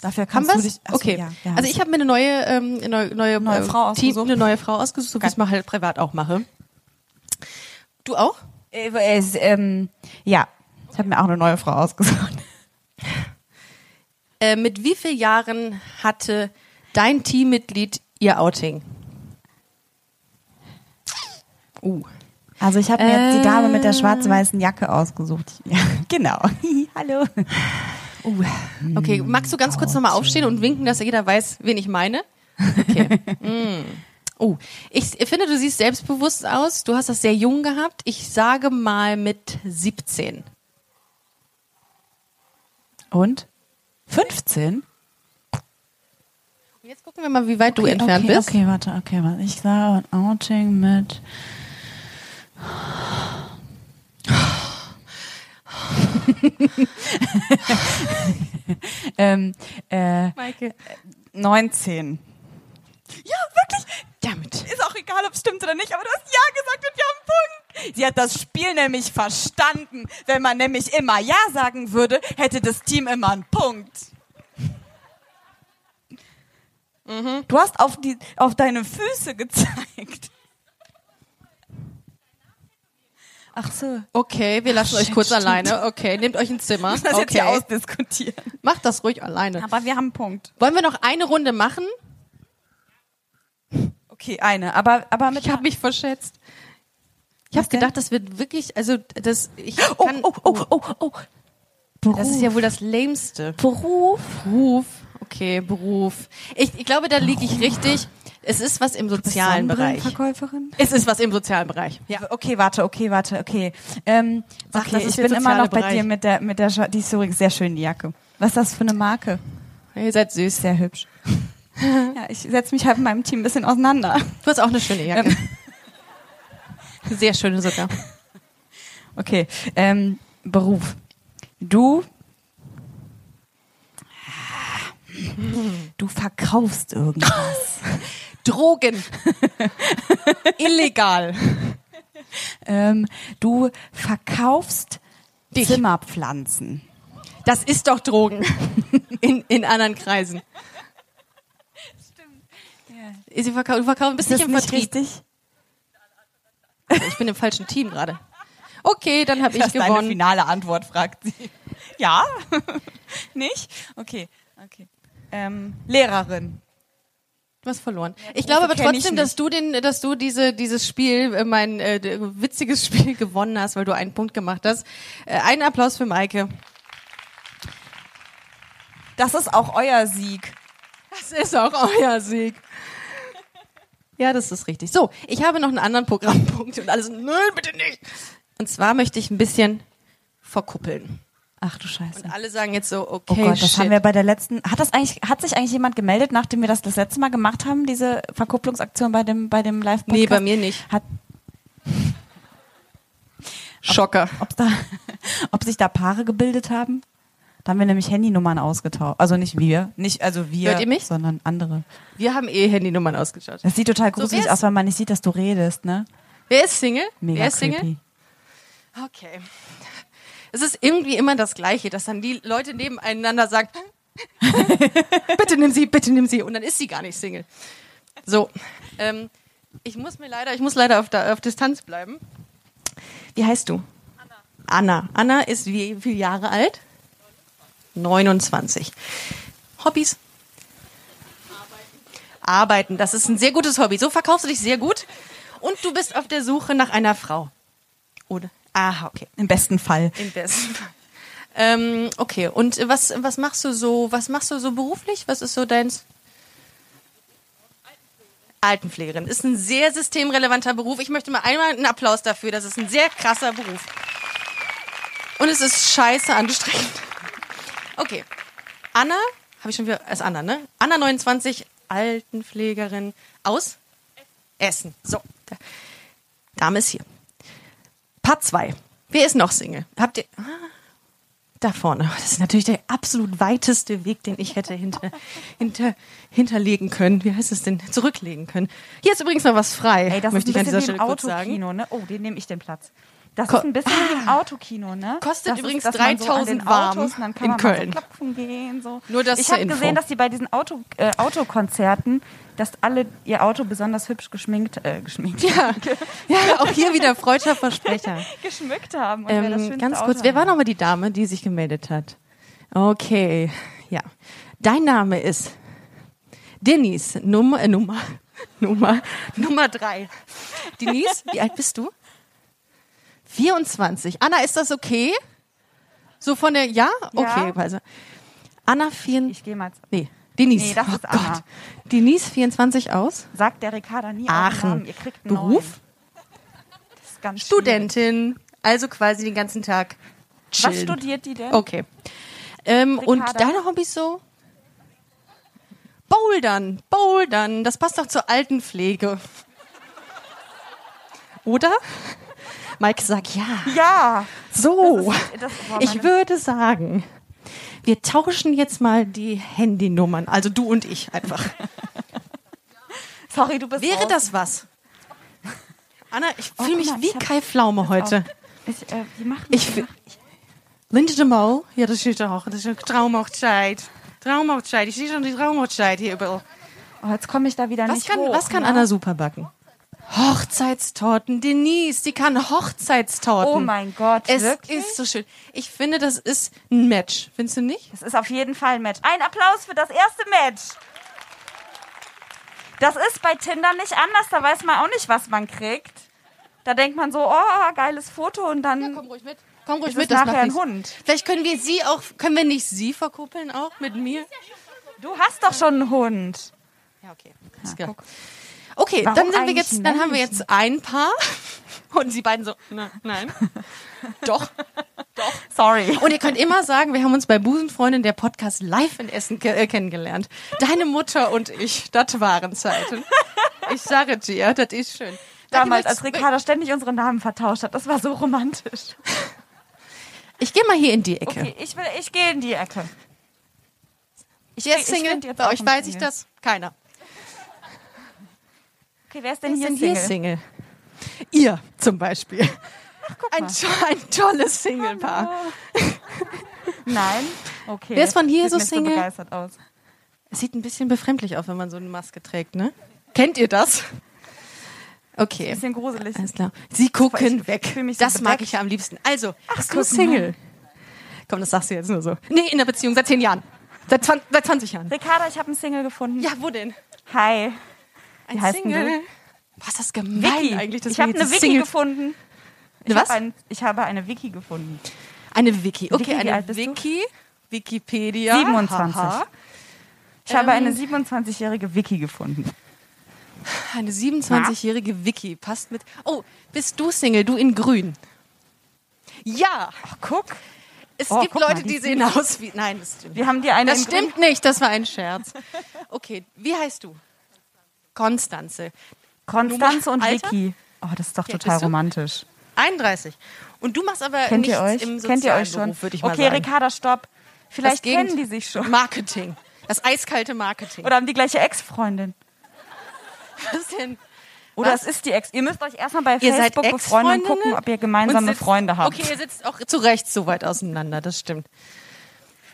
[SPEAKER 4] Dafür
[SPEAKER 3] Haben
[SPEAKER 4] kannst
[SPEAKER 3] wir
[SPEAKER 4] du dich. Achso,
[SPEAKER 3] Okay.
[SPEAKER 4] Ja, ja.
[SPEAKER 3] also ich habe mir eine neue, ähm, eine neue, neue,
[SPEAKER 4] Neue
[SPEAKER 3] äh,
[SPEAKER 4] Frau
[SPEAKER 3] Team,
[SPEAKER 4] ausgesucht.
[SPEAKER 3] eine neue Frau ausgesucht, so wie ich es mal halt privat auch mache. Du auch?
[SPEAKER 4] Äh, äh, es, ähm, ja, ich habe mir auch eine neue Frau ausgesucht.
[SPEAKER 3] Äh, mit wie vielen Jahren hatte dein Teammitglied ihr Outing? Uh.
[SPEAKER 4] Also ich habe mir jetzt die Dame mit der schwarz-weißen Jacke ausgesucht. Ähm. Ja, genau. Hallo.
[SPEAKER 3] Uh, okay,
[SPEAKER 4] Hm, oh,
[SPEAKER 3] magst du ganz kurz nochmal aufstehen und winken, dass jeder weiß, wen ich meine? Okay. mm. Oh, ich finde, du siehst selbstbewusst aus. Du hast das sehr jung gehabt. Ich sage mal mit 17.
[SPEAKER 4] Und? 15?
[SPEAKER 3] Und jetzt gucken wir mal, wie weit du entfernt
[SPEAKER 4] okay,
[SPEAKER 3] bist.
[SPEAKER 4] Okay, warte, okay, warte. Ich sah ein Outing mit. ähm, äh,
[SPEAKER 3] Maike.
[SPEAKER 4] 19. Ja, wirklich.
[SPEAKER 3] Damit.
[SPEAKER 4] Ist auch egal, ob es stimmt oder nicht, aber du hast Ja gesagt und wir haben einen Punkt. Sie hat das Spiel nämlich verstanden. Wenn man nämlich immer Ja sagen würde, hätte das Team immer einen Punkt. Du hast auf, die, auf deine Füße gezeigt. Ach so.
[SPEAKER 3] Okay, wir lassen euch
[SPEAKER 4] shit,
[SPEAKER 3] kurz
[SPEAKER 4] stimmt.
[SPEAKER 3] alleine. Okay, nehmt euch ein Zimmer.
[SPEAKER 4] Das okay. jetzt hier
[SPEAKER 3] Okay.
[SPEAKER 4] ausdiskutieren.
[SPEAKER 3] Macht das ruhig alleine.
[SPEAKER 4] Aber wir haben einen Punkt.
[SPEAKER 3] Wollen wir noch eine Runde machen?
[SPEAKER 4] Okay, eine. Aber, aber mit
[SPEAKER 3] Ich habe mich verschätzt. Ich habe
[SPEAKER 4] Was denn?
[SPEAKER 3] gedacht, das wird wirklich, also das ich
[SPEAKER 4] Oh,
[SPEAKER 3] kann,
[SPEAKER 4] oh, oh, oh, oh.
[SPEAKER 3] das ist ja wohl das lämste.
[SPEAKER 4] Beruf.
[SPEAKER 3] Beruf. Okay, Beruf. Ich, ich glaube, da liege ich richtig. Es ist was im sozialen Bereich.
[SPEAKER 4] Verkäuferin.
[SPEAKER 3] Es ist was im sozialen Bereich. Ja.
[SPEAKER 4] Okay, warte, okay, warte, okay. Ähm, sag,
[SPEAKER 3] Okay,
[SPEAKER 4] okay,
[SPEAKER 3] das
[SPEAKER 4] ich
[SPEAKER 3] ist der
[SPEAKER 4] bin immer noch
[SPEAKER 3] soziale
[SPEAKER 4] bei
[SPEAKER 3] Bereich.
[SPEAKER 4] dir mit der, mit der, Scha die ist übrigens sehr schön, die Jacke. Was ist das für eine Marke?
[SPEAKER 3] Ihr seid süß.
[SPEAKER 4] Sehr hübsch. ja, ich setze mich halt in meinem Team ein bisschen auseinander.
[SPEAKER 3] Du hast auch eine schöne Jacke.
[SPEAKER 4] Ähm.
[SPEAKER 3] Sehr schöne sogar.
[SPEAKER 4] Okay, ähm, Beruf. Du. Du verkaufst irgendwas.
[SPEAKER 3] Drogen. Illegal.
[SPEAKER 4] ähm, du verkaufst
[SPEAKER 3] Dich.
[SPEAKER 4] Zimmerpflanzen.
[SPEAKER 3] Das ist doch Drogen. In, in anderen Kreisen. Stimmt. Sie verkaufen, du verkaufst, bist nicht im Vertrieb.
[SPEAKER 4] richtig?
[SPEAKER 3] Äh, Ich bin im falschen Team gerade. Okay, dann habe ich
[SPEAKER 4] das ist deine
[SPEAKER 3] gewonnen.
[SPEAKER 4] finale Antwort, fragt sie. Ja? Nicht? Okay. okay. Ähm, Lehrerin.
[SPEAKER 3] Du hast verloren. Ich glaube aber
[SPEAKER 4] kenn ich
[SPEAKER 3] trotzdem,
[SPEAKER 4] nicht.
[SPEAKER 3] dass du den, dass du diese, dieses Spiel, äh, mein äh, d- witziges Spiel gewonnen hast, weil du einen Punkt gemacht hast. Äh, einen Applaus für Maike.
[SPEAKER 4] Das ist auch euer Sieg.
[SPEAKER 3] Das ist auch euer Sieg. Ja, das ist richtig. So, ich habe noch einen anderen Programmpunkt und alles. Nein, bitte nicht. Und zwar möchte ich ein bisschen verkuppeln.
[SPEAKER 4] Ach du Scheiße.
[SPEAKER 3] Und alle sagen jetzt so,
[SPEAKER 4] Oh
[SPEAKER 3] okay,
[SPEAKER 4] Gott, das
[SPEAKER 3] shit.
[SPEAKER 4] haben wir bei der letzten. Hat das eigentlich, hat sich eigentlich jemand gemeldet, nachdem wir das das letzte Mal gemacht haben, diese Verkupplungsaktion bei dem, bei dem Live-Podcast?
[SPEAKER 3] Nee, bei mir nicht.
[SPEAKER 4] Hat,
[SPEAKER 3] Schocker.
[SPEAKER 4] ob's da, ob sich da Paare gebildet haben? Da haben wir nämlich Handynummern ausgetauscht. Also nicht wir, nicht, also wir,
[SPEAKER 3] Hört ihr mich?
[SPEAKER 4] sondern andere.
[SPEAKER 3] Wir haben eh Handynummern ausgeschaut.
[SPEAKER 4] Das sieht total
[SPEAKER 3] So,
[SPEAKER 4] gruselig
[SPEAKER 3] wer ist-
[SPEAKER 4] aus, weil man nicht sieht, dass du redest, ne?
[SPEAKER 3] Wer ist Single?
[SPEAKER 4] Mega
[SPEAKER 3] Wer ist
[SPEAKER 4] creepy.
[SPEAKER 3] Single? Okay. Es ist irgendwie immer das Gleiche, dass dann die Leute nebeneinander sagen, bitte nimm sie, bitte nimm sie. Und dann ist sie gar nicht Single. So. Ähm, ich muss mir leider, ich muss leider auf, da, auf Distanz bleiben. Wie heißt du? Anna. Anna. Anna ist wie viele Jahre alt? 29. Hobbys? Arbeiten. Das ist ein sehr gutes Hobby. So verkaufst du dich sehr gut. Und du bist auf der Suche nach einer Frau. Oder? Aha, okay.
[SPEAKER 4] Im besten Fall.
[SPEAKER 3] Im besten Fall. Ähm, okay, und was, was machst du so, was machst du so beruflich? Was ist so deins? Altenpflegerin. Ist ein sehr systemrelevanter Beruf. Ich möchte mal einmal einen Applaus dafür. Das ist ein sehr krasser Beruf. Und es ist scheiße anstrengend. Okay. Anna, habe ich schon wieder, ist Anna, ne? Anna 29, Altenpflegerin aus Essen. So. Dame ist hier. Part 2. Wer ist noch Single? Habt ihr. Ah, Da vorne. Das ist natürlich der absolut weiteste Weg, den ich hätte hinter, hinter, hinterlegen können. Wie heißt es denn? Zurücklegen können. Hier ist übrigens noch was frei. möchte ich an dieser Stelle kurz sagen.
[SPEAKER 4] ne? Oh, den nehme ich den Platz. Das
[SPEAKER 3] Ko- Ah.
[SPEAKER 4] ist ein bisschen wie im Autokino, ne?
[SPEAKER 3] Kostet
[SPEAKER 4] das
[SPEAKER 3] übrigens
[SPEAKER 4] dass man so an
[SPEAKER 3] 3000
[SPEAKER 4] den
[SPEAKER 3] warm
[SPEAKER 4] Autos, und dann kann
[SPEAKER 3] in
[SPEAKER 4] man mal
[SPEAKER 3] Köln.
[SPEAKER 4] So klopfen gehen, so.
[SPEAKER 3] Nur das
[SPEAKER 4] ich
[SPEAKER 3] zur
[SPEAKER 4] habe
[SPEAKER 3] Info.
[SPEAKER 4] gesehen, dass die bei diesen Auto, äh, Autokonzerten, dass alle ihr Auto besonders hübsch geschminkt, äh, geschminkt,
[SPEAKER 3] Ja. ja, auch hier wieder freudscher Versprecher.
[SPEAKER 4] geschmückt haben. Und wer das
[SPEAKER 3] Ähm,
[SPEAKER 4] schönste
[SPEAKER 3] ganz
[SPEAKER 4] Auto
[SPEAKER 3] kurz, wer war
[SPEAKER 4] hat.
[SPEAKER 3] nochmal die Dame, die sich gemeldet hat? Okay, ja. Dein Name ist Denise, Nummer, äh, Nummer, Nummer, Nummer drei. Denise, wie alt bist du? 24. Anna, ist das okay? So von der, ja? Okay, also. Anna, 24.
[SPEAKER 4] Ich gehe mal.
[SPEAKER 3] Nee, Denise.
[SPEAKER 4] Nee, das
[SPEAKER 3] oh
[SPEAKER 4] ist
[SPEAKER 3] Gott.
[SPEAKER 4] Anna.
[SPEAKER 3] Denise 24 aus.
[SPEAKER 4] Sagt der Ricarda nie
[SPEAKER 3] Aachen.
[SPEAKER 4] euren Namen. Ihr kriegt einen
[SPEAKER 3] Beruf?
[SPEAKER 4] neuen. Das ist ganz schwierig.
[SPEAKER 3] Studentin. Also quasi den ganzen Tag.
[SPEAKER 2] Was
[SPEAKER 3] chillen.
[SPEAKER 2] studiert die denn?
[SPEAKER 3] Okay. Ähm, und
[SPEAKER 4] Ricarda.
[SPEAKER 3] deine Hobbys so? Bouldern, Bouldern, das passt doch zur Altenpflege. Oder? Mike sagt ja.
[SPEAKER 2] Ja.
[SPEAKER 3] So,
[SPEAKER 4] Das ist- ne? das war
[SPEAKER 3] ich
[SPEAKER 4] meine-
[SPEAKER 3] würde sagen, wir tauschen jetzt mal die Handynummern, also du und ich einfach.
[SPEAKER 4] Sorry, du bist
[SPEAKER 3] Wäre
[SPEAKER 4] raus.
[SPEAKER 3] das was? Anna, ich fühle
[SPEAKER 4] Oh, guck
[SPEAKER 3] mich
[SPEAKER 4] mal,
[SPEAKER 3] wie
[SPEAKER 4] ich hab-
[SPEAKER 3] Kai Pflaume heute.
[SPEAKER 4] Ich, äh, die machen
[SPEAKER 3] Ich fi- Linda de Mol, ja, das ist doch, das ist eine Traumhochzeit. Traumhochzeit, ich sehe schon die Traumhochzeit hier überall.
[SPEAKER 4] oh, jetzt komme ich da wieder
[SPEAKER 3] Was
[SPEAKER 4] nicht
[SPEAKER 3] kann,
[SPEAKER 4] hoch.
[SPEAKER 3] was kann
[SPEAKER 4] ne?
[SPEAKER 3] Anna super backen? Hochzeitstorten, Denise, die kann Hochzeitstorten.
[SPEAKER 4] Oh mein Gott,
[SPEAKER 3] es
[SPEAKER 4] wirklich?
[SPEAKER 3] ist so schön. Ich finde, das ist ein Match, findest du nicht?
[SPEAKER 4] Das ist auf jeden Fall ein Match. Ein Applaus für das erste Match. Das ist bei Tinder nicht anders. Da weiß man auch nicht, was man kriegt. Da denkt man so, oh, geiles Foto und dann
[SPEAKER 3] ruhig mit. Komm ruhig
[SPEAKER 4] ist
[SPEAKER 3] mit,
[SPEAKER 4] es
[SPEAKER 3] das
[SPEAKER 4] nachher
[SPEAKER 3] macht
[SPEAKER 4] ein
[SPEAKER 3] nichts.
[SPEAKER 4] Hund.
[SPEAKER 3] Vielleicht können wir sie auch, können wir nicht sie verkuppeln auch mit mir?
[SPEAKER 4] Du hast doch schon einen Hund.
[SPEAKER 3] Ja, okay. Alles klar. Okay,
[SPEAKER 4] Warum
[SPEAKER 3] dann sind wir
[SPEAKER 4] eigentlich
[SPEAKER 3] jetzt, dann haben wir jetzt ein Paar und die beiden so, na, nein, doch.
[SPEAKER 4] Sorry.
[SPEAKER 3] Und ihr könnt immer sagen, wir haben uns bei Busenfreundin der Podcast live in Essen ke äh, kennengelernt. Deine Mutter und ich, das waren Zeiten. Ich sage dir, das ist schön. Sag
[SPEAKER 4] Damals,
[SPEAKER 3] mal,
[SPEAKER 4] als Ricarda ständig unsere Namen vertauscht hat. Das war so romantisch.
[SPEAKER 3] Ich gehe mal hier in die Ecke.
[SPEAKER 4] Okay, ich, will, ich gehe in die Ecke.
[SPEAKER 3] Ich Wer
[SPEAKER 4] ich
[SPEAKER 3] ist Single?
[SPEAKER 4] find jetzt
[SPEAKER 3] Bei
[SPEAKER 4] auch
[SPEAKER 3] euch
[SPEAKER 4] einen
[SPEAKER 3] weiß ich
[SPEAKER 4] Single.
[SPEAKER 3] das. Keiner.
[SPEAKER 4] Okay, wer ist
[SPEAKER 3] Wer
[SPEAKER 4] denn
[SPEAKER 3] ist
[SPEAKER 4] hier
[SPEAKER 3] denn
[SPEAKER 4] Single?
[SPEAKER 3] hier Single? Ihr zum Beispiel. Ein,
[SPEAKER 4] mal.
[SPEAKER 3] to- ein tolles Single-Paar.
[SPEAKER 4] Nein? Okay.
[SPEAKER 3] Wer ist von hier
[SPEAKER 4] Sieht
[SPEAKER 3] so
[SPEAKER 4] nicht
[SPEAKER 3] Single?
[SPEAKER 4] So begeistert aus.
[SPEAKER 3] Es sieht ein bisschen befremdlich aus, wenn man so eine Maske trägt, ne? Kennt ihr das? Okay.
[SPEAKER 4] Bisschen gruselig.
[SPEAKER 3] Alles klar. Sie gucken
[SPEAKER 4] Ich
[SPEAKER 3] weg.
[SPEAKER 4] fühl mich so
[SPEAKER 3] das mag
[SPEAKER 4] bedeckt.
[SPEAKER 3] ich ja am liebsten. Also, bist du
[SPEAKER 4] guck mal.
[SPEAKER 3] Single? Komm, das sagst du jetzt nur so. Nee, in der Beziehung seit zehn Jahren. Seit, 20, seit 20 Jahren.
[SPEAKER 4] Ricarda, ich habe einen Single gefunden.
[SPEAKER 3] Ja, wo denn?
[SPEAKER 4] Hi.
[SPEAKER 3] Ein
[SPEAKER 4] heißt denn
[SPEAKER 3] Was ist das gemein
[SPEAKER 4] Vicky.
[SPEAKER 3] eigentlich? dass
[SPEAKER 4] ich
[SPEAKER 3] wir
[SPEAKER 4] habe
[SPEAKER 3] jetzt
[SPEAKER 4] eine Wiki
[SPEAKER 3] Single-
[SPEAKER 4] gefunden. Ich
[SPEAKER 3] Was?
[SPEAKER 4] Hab ein, ich habe eine Wiki gefunden.
[SPEAKER 3] Eine Wiki. Okay,
[SPEAKER 4] Vicky, wie alt
[SPEAKER 3] eine
[SPEAKER 4] bist du?
[SPEAKER 3] Wiki. Wikipedia.
[SPEAKER 4] 27.
[SPEAKER 3] Haha.
[SPEAKER 4] Ich habe
[SPEAKER 3] Ähm.
[SPEAKER 4] eine 27-jährige Wiki gefunden.
[SPEAKER 3] Eine 27-jährige Wiki. Passt mit. Oh, bist du Single? Du in grün. Ja.
[SPEAKER 4] Ach, guck.
[SPEAKER 3] Es
[SPEAKER 4] Oh,
[SPEAKER 3] gibt
[SPEAKER 4] guck mal,
[SPEAKER 3] Leute,
[SPEAKER 4] die
[SPEAKER 3] die sehen aus wie. Nein, das stimmt.
[SPEAKER 4] Wir haben dir eine
[SPEAKER 3] Das
[SPEAKER 4] im Grün-
[SPEAKER 3] stimmt nicht, das war ein Scherz. Okay, wie heißt du? Konstanze.
[SPEAKER 4] Konstanze und
[SPEAKER 3] Alter?
[SPEAKER 4] Wiki. Oh, das ist doch
[SPEAKER 3] Ja,
[SPEAKER 4] total
[SPEAKER 3] bist du?
[SPEAKER 4] romantisch.
[SPEAKER 3] 31. Und du machst aber
[SPEAKER 4] Kennt
[SPEAKER 3] nichts
[SPEAKER 4] ihr euch?
[SPEAKER 3] im sozialen
[SPEAKER 4] Kennt ihr euch schon?
[SPEAKER 3] Beruf, würde ich mal
[SPEAKER 4] okay,
[SPEAKER 3] sagen.
[SPEAKER 4] Ricarda, stopp.
[SPEAKER 3] Das
[SPEAKER 4] Vielleicht
[SPEAKER 3] Gegend-
[SPEAKER 4] kennen die sich schon.
[SPEAKER 3] Marketing. Das eiskalte Marketing.
[SPEAKER 4] Oder haben die gleiche Ex-Freundin.
[SPEAKER 3] was denn?
[SPEAKER 4] Oder
[SPEAKER 3] Was?
[SPEAKER 4] es ist die Ex. Ihr müsst euch erstmal bei
[SPEAKER 3] Ihr seid
[SPEAKER 4] Facebook befreunden und
[SPEAKER 3] Ex-Freundinnen
[SPEAKER 4] gucken, ob ihr
[SPEAKER 3] und
[SPEAKER 4] gemeinsame
[SPEAKER 3] sitzt-
[SPEAKER 4] Freunde habt.
[SPEAKER 3] Okay, ihr sitzt auch zu Recht so weit auseinander, das stimmt.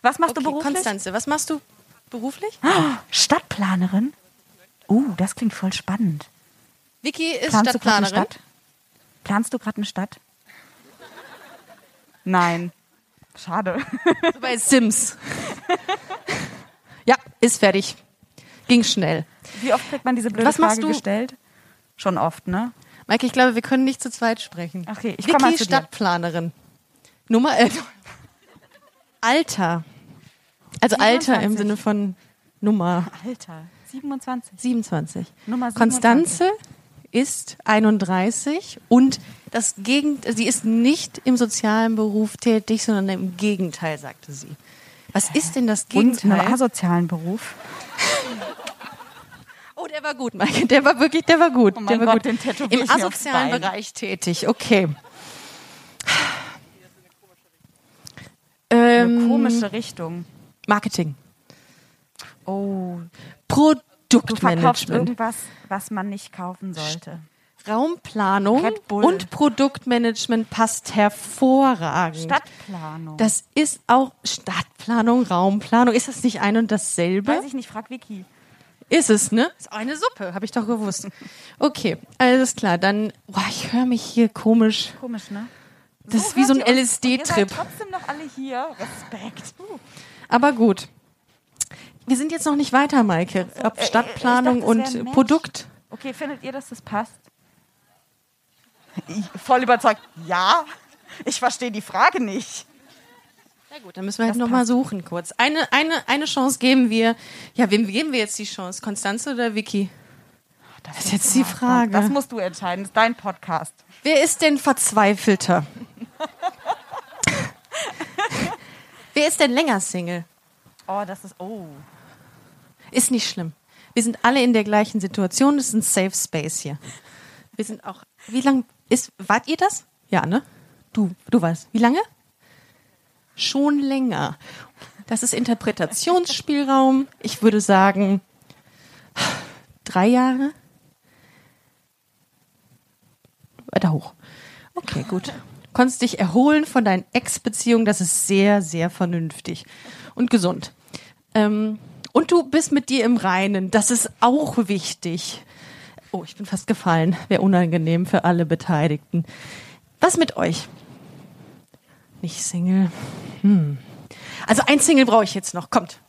[SPEAKER 4] Was machst
[SPEAKER 3] Okay,
[SPEAKER 4] du beruflich?
[SPEAKER 3] Konstanze, was machst du beruflich?
[SPEAKER 4] Stadtplanerin? Uh, das klingt voll spannend.
[SPEAKER 3] Vicky ist
[SPEAKER 4] Planst du gerade eine
[SPEAKER 3] Stadtplanerin.
[SPEAKER 4] Stadt? Planst du gerade eine Stadt? Nein. Schade.
[SPEAKER 3] So bei Sims. ja, ist fertig. Ging schnell.
[SPEAKER 4] Wie oft kriegt man diese blöde
[SPEAKER 3] Was machst
[SPEAKER 4] Frage
[SPEAKER 3] du?
[SPEAKER 4] gestellt? Schon oft, ne?
[SPEAKER 3] Maike, ich glaube, wir können nicht zu zweit sprechen.
[SPEAKER 4] Okay, ich
[SPEAKER 3] Vicky,
[SPEAKER 4] komm mal zu dir.
[SPEAKER 3] Stadtplanerin. Nummer äh, Alter. Also Alter im
[SPEAKER 4] 27.
[SPEAKER 3] Sinne von Nummer
[SPEAKER 4] Alter, 27.
[SPEAKER 3] 27.
[SPEAKER 4] Nummer 27.
[SPEAKER 3] Konstanze ist 31 und das Gegend, sie ist nicht im sozialen Beruf tätig, sondern im Gegenteil, sagte sie. Was ist denn das
[SPEAKER 4] Und äh, einen
[SPEAKER 3] Gegenteil?
[SPEAKER 4] asozialen Beruf.
[SPEAKER 3] Oh, der war gut, Maike. Der war wirklich, der war gut.
[SPEAKER 4] Oh mein
[SPEAKER 3] der war
[SPEAKER 4] Gott,
[SPEAKER 3] gut.
[SPEAKER 4] den tätowier
[SPEAKER 3] Im
[SPEAKER 4] ich mir aufs
[SPEAKER 3] asozialen
[SPEAKER 4] Bein.
[SPEAKER 3] Bereich tätig. Okay. Ähm,
[SPEAKER 4] Komische Richtung.
[SPEAKER 3] Marketing.
[SPEAKER 4] Oh, du verkaufst
[SPEAKER 3] Produktmanagement.
[SPEAKER 4] irgendwas, was man nicht kaufen sollte.
[SPEAKER 3] Raumplanung
[SPEAKER 4] Red Bull.
[SPEAKER 3] und Produktmanagement passt hervorragend.
[SPEAKER 4] Stadtplanung.
[SPEAKER 3] das ist auch Stadtplanung, Raumplanung. Ist das nicht ein und dasselbe?
[SPEAKER 4] Weiß ich nicht, frag Vicky.
[SPEAKER 3] Ist es, ne? Ist eine Suppe, habe ich doch gewusst. Okay, alles klar. Dann, boah, ich höre mich hier komisch.
[SPEAKER 4] Komisch, ne?
[SPEAKER 3] Das ist wie so ein
[SPEAKER 4] hört ihr uns. Und
[SPEAKER 3] LSD-Trip.
[SPEAKER 4] Ihr seid trotzdem noch alle hier. Respekt. Uh.
[SPEAKER 3] Aber gut. Wir sind jetzt noch nicht weiter, Maike. Ob
[SPEAKER 4] Äh, äh,
[SPEAKER 3] Stadtplanung
[SPEAKER 4] ich dachte, es wär ein
[SPEAKER 3] und
[SPEAKER 4] Match.
[SPEAKER 3] Produkt.
[SPEAKER 4] Okay, findet ihr, dass das passt? Voll überzeugt. Ja. Ich verstehe die Frage nicht.
[SPEAKER 3] Na gut, dann müssen wir halt nochmal suchen kurz. Eine, eine, eine Chance geben wir. Ja, wem geben wir jetzt die Chance? Konstanze oder Vicky? Ah, Das ist jetzt die Frage.
[SPEAKER 4] Das musst du entscheiden, das ist dein Podcast.
[SPEAKER 3] Wer ist denn verzweifelter? Wer ist denn länger Single?
[SPEAKER 4] Oh, das ist. Oh.
[SPEAKER 3] Ist nicht schlimm. Wir sind alle in der gleichen Situation. Es ist ein Safe Space hier. Wir sind auch. Wie lange ist. Wart ihr das? Ja, ne? Du, du warst. Wie lange? Schon länger. Das ist Interpretationsspielraum. Ich würde sagen, drei Jahre. Weiter hoch. Okay, gut. Konntest dich erholen von deinen Ex-Beziehungen. Das ist sehr, sehr vernünftig und gesund. Ähm, und du bist mit dir im Reinen. Das ist auch wichtig. Oh, ich bin fast gefallen. Wäre unangenehm für alle Beteiligten. Was mit euch? Nicht Single. Hm. Also ein Single brauche ich jetzt noch. Kommt.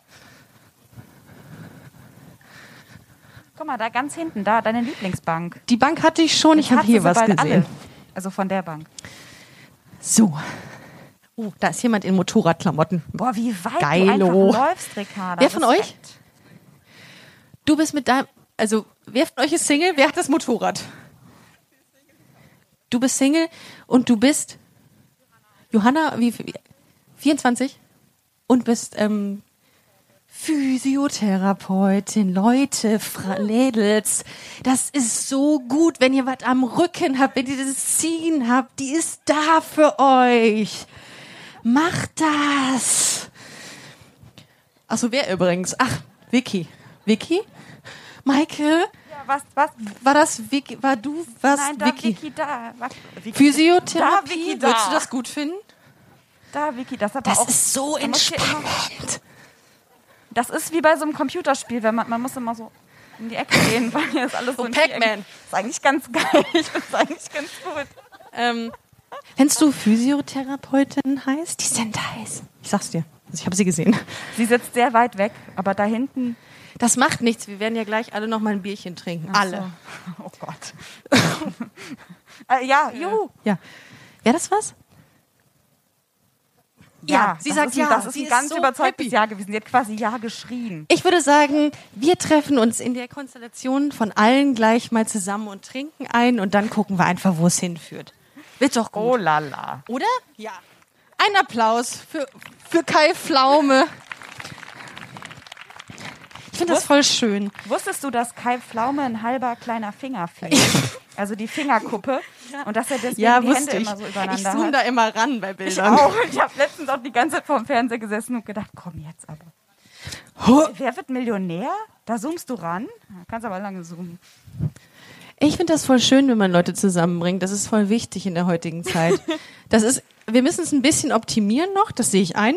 [SPEAKER 4] Guck mal, da ganz hinten, da, deine Lieblingsbank.
[SPEAKER 3] Die Bank hatte ich schon. Ich habe
[SPEAKER 4] Hast du
[SPEAKER 3] hier
[SPEAKER 4] sie
[SPEAKER 3] was
[SPEAKER 4] bald
[SPEAKER 3] gesehen.
[SPEAKER 4] Alle. Also von der Bank.
[SPEAKER 3] So. Oh, da ist jemand in Motorradklamotten.
[SPEAKER 4] Boah, wie weit
[SPEAKER 3] Geilo.
[SPEAKER 4] du einfach läufst, Ricarda.
[SPEAKER 3] Wer von euch?
[SPEAKER 4] Respekt.
[SPEAKER 3] Du bist mit deinem. Also, wer von euch ist Single? Wer hat das Motorrad? Du bist Single und du bist. Johanna, wie. wie- 24? Und bist ähm, Physiotherapeutin. Leute, Fra Lädels, das ist so gut, wenn ihr was am Rücken habt, wenn ihr dieses Ziehen habt, die ist da für euch. Macht das! Ach so, wer übrigens? Ach, Vicky. Vicky? Maike?
[SPEAKER 4] Ja, was, was?
[SPEAKER 3] War das Vicky? War du? Was
[SPEAKER 4] Nein, da, Vicky,
[SPEAKER 3] Vicky?
[SPEAKER 4] da. Was, Vicky,
[SPEAKER 3] Physiotherapie?
[SPEAKER 4] Da, Vicky, da.
[SPEAKER 3] Würdest du das gut finden?
[SPEAKER 4] Da, Vicky, das hat
[SPEAKER 3] Das
[SPEAKER 4] auch,
[SPEAKER 3] ist so
[SPEAKER 4] man muss hier immer-
[SPEAKER 3] entspannend.
[SPEAKER 4] Das ist wie bei so einem Computerspiel, wenn man, man muss immer so um die Ecke gehen, weil hier ist alles
[SPEAKER 3] Oh,
[SPEAKER 4] so ein
[SPEAKER 3] Pac-Man.
[SPEAKER 4] Viereck. Ist eigentlich ganz geil. Ich find's eigentlich ganz gut.
[SPEAKER 3] Ähm, kennst du Physiotherapeutin heißt? Die sind heiß. Ich sag's dir. Also ich habe sie gesehen.
[SPEAKER 4] Sie sitzt sehr weit weg, aber da hinten.
[SPEAKER 3] Das macht nichts. Wir werden ja gleich alle noch mal ein Bierchen trinken. alle.
[SPEAKER 4] So. Oh Gott. äh, ja, juhu.
[SPEAKER 3] Ja. Wäre das was? Ja, sie
[SPEAKER 4] das
[SPEAKER 3] sagt
[SPEAKER 4] ist ein,
[SPEAKER 3] ja.
[SPEAKER 4] Das ist
[SPEAKER 3] Sie
[SPEAKER 4] ein
[SPEAKER 3] ist
[SPEAKER 4] ganz
[SPEAKER 3] so
[SPEAKER 4] überzeugtes
[SPEAKER 3] happy.
[SPEAKER 4] Ja gewesen. Sie hat quasi Ja geschrien.
[SPEAKER 3] Ich würde sagen, wir treffen uns in der Konstellation von allen gleich mal zusammen und trinken ein und dann gucken wir einfach, wo es hinführt. Wird doch
[SPEAKER 4] Oh
[SPEAKER 3] gut,
[SPEAKER 4] la la.
[SPEAKER 3] oder? Ja. Ein Applaus für, für Kai Pflaume. Ich finde das voll schön.
[SPEAKER 4] Wusstest du, dass Kai Pflaume ein halber kleiner Finger fehlt? also die Fingerkuppe. Und dass er deswegen die Hände immer so übereinander
[SPEAKER 3] ich
[SPEAKER 4] hat.
[SPEAKER 3] zoome da immer ran bei Bildern.
[SPEAKER 4] auch. Ich habe letztens auch die ganze Zeit vorm Fernseher gesessen und gedacht, komm jetzt aber.
[SPEAKER 3] Huh.
[SPEAKER 4] Wer wird Millionär? Da zoomst du ran. Ja, Kannst aber lange zoomen.
[SPEAKER 3] Ich finde das voll schön, wenn man Leute zusammenbringt. Das ist voll wichtig in der heutigen Zeit. Das ist, wir müssen es ein bisschen optimieren noch, das sehe ich ein.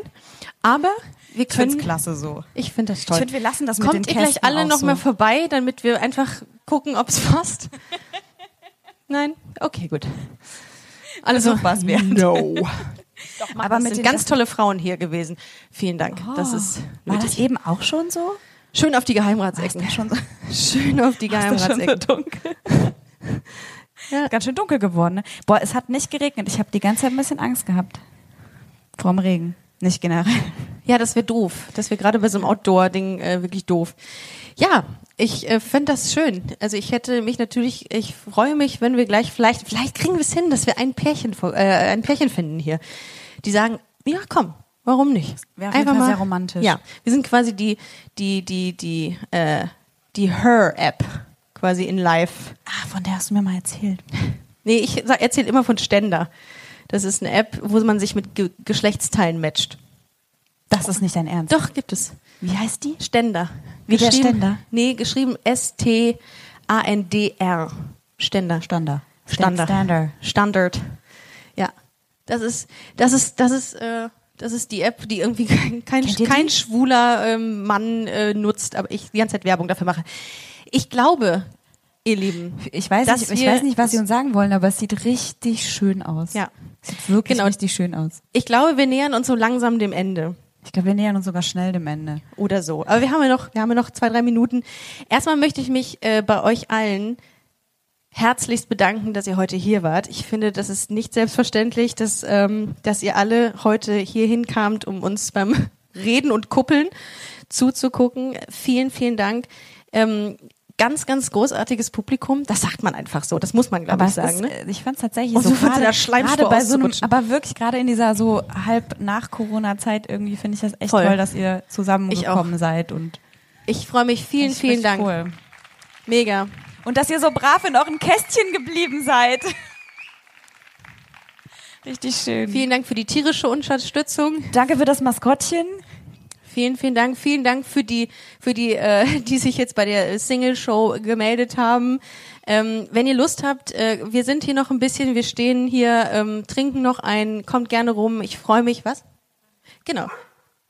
[SPEAKER 3] Aber wir können.
[SPEAKER 4] klasse so.
[SPEAKER 3] Ich finde das toll.
[SPEAKER 4] Ich find, wir lassen das mit
[SPEAKER 3] Kommt
[SPEAKER 4] den
[SPEAKER 3] ihr gleich
[SPEAKER 4] Kästen
[SPEAKER 3] alle
[SPEAKER 4] auch
[SPEAKER 3] noch mal
[SPEAKER 4] so.
[SPEAKER 3] vorbei, damit wir einfach gucken, ob es passt? Nein? Okay, gut. Also,
[SPEAKER 4] was wert.
[SPEAKER 3] No.
[SPEAKER 4] aber
[SPEAKER 3] Es
[SPEAKER 4] mit
[SPEAKER 3] sind
[SPEAKER 4] den
[SPEAKER 3] ganz tolle Frauen hier gewesen. Vielen Dank. Oh. das ist
[SPEAKER 4] war das eben auch schon so?
[SPEAKER 3] schön auf die Geheimratsecken.
[SPEAKER 4] schon so?
[SPEAKER 3] Schön auf die Geheimratsecken.
[SPEAKER 4] dunkel. Ganz schön dunkel geworden. Ne? Boah, es hat nicht geregnet. Ich habe die ganze Zeit ein bisschen Angst gehabt. Vorm Regen. Nicht generell.
[SPEAKER 3] Ja, das wäre doof. Das wäre gerade bei so einem Outdoor-Ding äh, wirklich doof. Ja, ich äh, fände das schön. Also ich hätte mich natürlich, ich freue mich, wenn wir gleich vielleicht, vielleicht kriegen wir es hin, dass wir ein Pärchen, vor- äh, ein Pärchen finden hier, die sagen, ja komm, warum nicht?
[SPEAKER 4] Wäre auf jeden Fall sehr romantisch.
[SPEAKER 3] Ja, wir sind quasi die, die, die, die, äh, die Her-App quasi in Live.
[SPEAKER 4] Ah, von der hast du mir mal erzählt.
[SPEAKER 3] Nee, ich erzähle immer von Ständer. Das ist eine App, wo man sich mit Ge Geschlechtsteilen matcht.
[SPEAKER 4] Das ist nicht dein Ernst.
[SPEAKER 3] Doch, gibt es.
[SPEAKER 4] Wie heißt die?
[SPEAKER 3] Ständer.
[SPEAKER 4] Wie der
[SPEAKER 3] Geschrieben-
[SPEAKER 4] Ständer?
[SPEAKER 3] Nee, geschrieben S-T-A-N-D-R. Ständer.
[SPEAKER 4] Stander.
[SPEAKER 3] Standard.
[SPEAKER 4] Stander.
[SPEAKER 3] Standard. Ja. Das ist, das ist, das ist, äh, das ist die App, die irgendwie kein, kein,
[SPEAKER 4] Kennt ihr die?
[SPEAKER 3] kein schwuler ähm, Mann äh, nutzt, aber ich die ganze Zeit Werbung dafür mache. Ich glaube, ihr Lieben,
[SPEAKER 4] Ich weiß,
[SPEAKER 3] dass
[SPEAKER 4] nicht, ich
[SPEAKER 3] wir-
[SPEAKER 4] weiß nicht, was sie uns sagen wollen, aber es sieht richtig schön aus.
[SPEAKER 3] Ja.
[SPEAKER 4] Sieht wirklich
[SPEAKER 3] Genau.
[SPEAKER 4] richtig schön aus.
[SPEAKER 3] ich glaube, wir nähern uns so langsam dem Ende.
[SPEAKER 4] Ich glaube, wir nähern uns sogar schnell dem Ende.
[SPEAKER 3] oder so. Aber wir haben ja noch, wir haben ja noch zwei, drei Minuten. Erstmal möchte ich mich äh, bei euch allen herzlichst bedanken, dass ihr heute hier wart. Ich finde, das ist nicht selbstverständlich, dass, ähm, dass ihr alle heute hierhin kamt, um uns beim Reden und Kuppeln zuzugucken. Vielen, vielen Dank. Ähm, ganz, ganz großartiges Publikum. Das sagt man einfach so. Das muss man, glaube
[SPEAKER 4] Aber
[SPEAKER 3] ich,
[SPEAKER 4] es
[SPEAKER 3] sagen.
[SPEAKER 4] ist,
[SPEAKER 3] ne?
[SPEAKER 4] äh, ich fand es tatsächlich
[SPEAKER 3] Und
[SPEAKER 4] so
[SPEAKER 3] so wird
[SPEAKER 4] gerade,
[SPEAKER 3] der Schleim
[SPEAKER 4] gerade
[SPEAKER 3] vor
[SPEAKER 4] bei so einem,
[SPEAKER 3] auszurutschen.
[SPEAKER 4] aber wirklich gerade in dieser so halb nach Corona-Zeit irgendwie finde ich das echt
[SPEAKER 3] Voll.
[SPEAKER 4] toll, dass ihr
[SPEAKER 3] Ich
[SPEAKER 4] zusammengekommen seid und
[SPEAKER 3] Ich freue mich. Vielen,
[SPEAKER 4] Echt
[SPEAKER 3] vielen
[SPEAKER 4] richtig
[SPEAKER 3] Dank.
[SPEAKER 4] cool.
[SPEAKER 3] Mega.
[SPEAKER 4] Und dass ihr so brav in euren Kästchen geblieben seid. Richtig schön.
[SPEAKER 3] Vielen Dank für die tierische Unterstützung.
[SPEAKER 4] Danke für das Maskottchen.
[SPEAKER 3] Vielen, vielen Dank. Vielen Dank für die, für die, äh, die sich jetzt bei der Single-Show gemeldet haben. Ähm, wenn ihr Lust habt, äh, wir sind hier noch ein bisschen, wir stehen hier, ähm, trinken noch ein, kommt gerne rum. Ich freue mich. Was? Genau.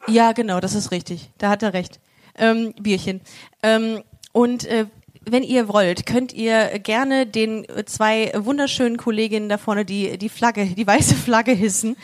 [SPEAKER 3] Ja, genau, das ist richtig. Da hat er recht. Ähm, Bierchen. Ähm, und äh, wenn ihr wollt, könnt ihr gerne den äh, zwei wunderschönen Kolleginnen da vorne, die die Flagge, die weiße Flagge hissen,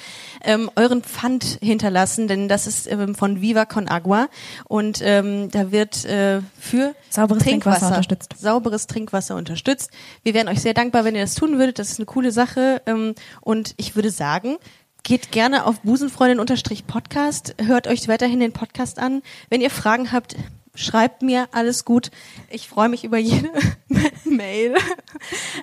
[SPEAKER 3] ähm, euren Pfand hinterlassen, denn das ist ähm, von Viva Con Agua und ähm, da wird äh, für
[SPEAKER 4] Sauberes Trinkwasser unterstützt.
[SPEAKER 3] sauberes Trinkwasser unterstützt. Wir wären euch sehr dankbar, wenn ihr das tun würdet. Das ist eine coole Sache. Ähm, und ich würde sagen, geht gerne auf busenfreundin-podcast, hört euch weiterhin den Podcast an. Wenn ihr Fragen habt, schreibt mir alles gut. Ich freue mich über jede Mail.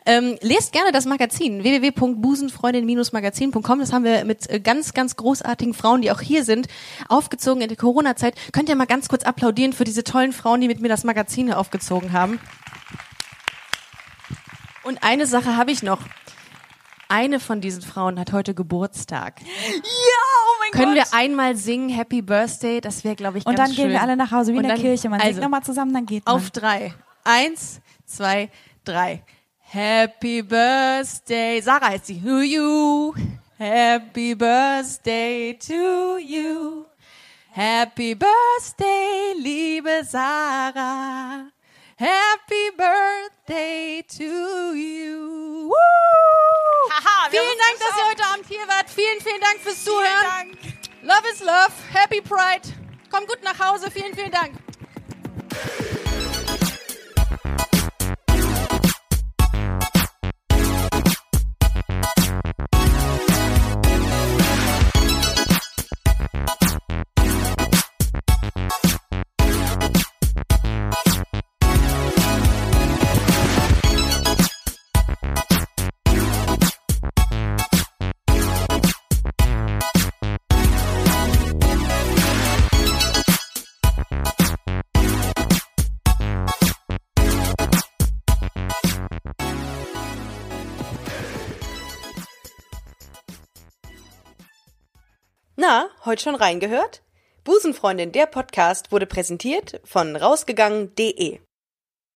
[SPEAKER 3] Ähm, lest gerne das Magazin www.busenfreundin-magazin.com. Das haben wir mit äh, ganz, ganz großartigen Frauen, die auch hier sind, aufgezogen in der Corona-Zeit. Könnt ihr mal ganz kurz applaudieren für diese tollen Frauen, die mit mir das Magazin hier aufgezogen haben. Und eine Sache habe ich noch. Eine von diesen Frauen hat heute Geburtstag.
[SPEAKER 4] Ja, oh mein
[SPEAKER 3] Können wir einmal singen Happy Birthday? Das wäre, glaube ich, ganz
[SPEAKER 4] Und dann
[SPEAKER 3] schön.
[SPEAKER 4] gehen wir alle nach Hause wie
[SPEAKER 3] Und
[SPEAKER 4] in der
[SPEAKER 3] dann-
[SPEAKER 4] Kirche. Man
[SPEAKER 3] also,
[SPEAKER 4] singt nochmal zusammen, dann geht man.
[SPEAKER 3] auf drei. Eins, zwei, drei. Happy Birthday. Sarah heißt sie. To you. Happy Birthday to you. Happy Birthday, liebe Sarah. Happy Birthday to you. Woo!
[SPEAKER 2] wir
[SPEAKER 3] vielen
[SPEAKER 2] haben
[SPEAKER 3] Dank,
[SPEAKER 2] es
[SPEAKER 3] dass ihr heute Abend hier wart. Vielen, vielen Dank fürs Zuhören. Love is love. Happy Pride. Kommt gut nach Hause. Vielen, vielen Dank. Na, heute schon reingehört? Busenfreundin, der Podcast wurde präsentiert von rausgegangen.de.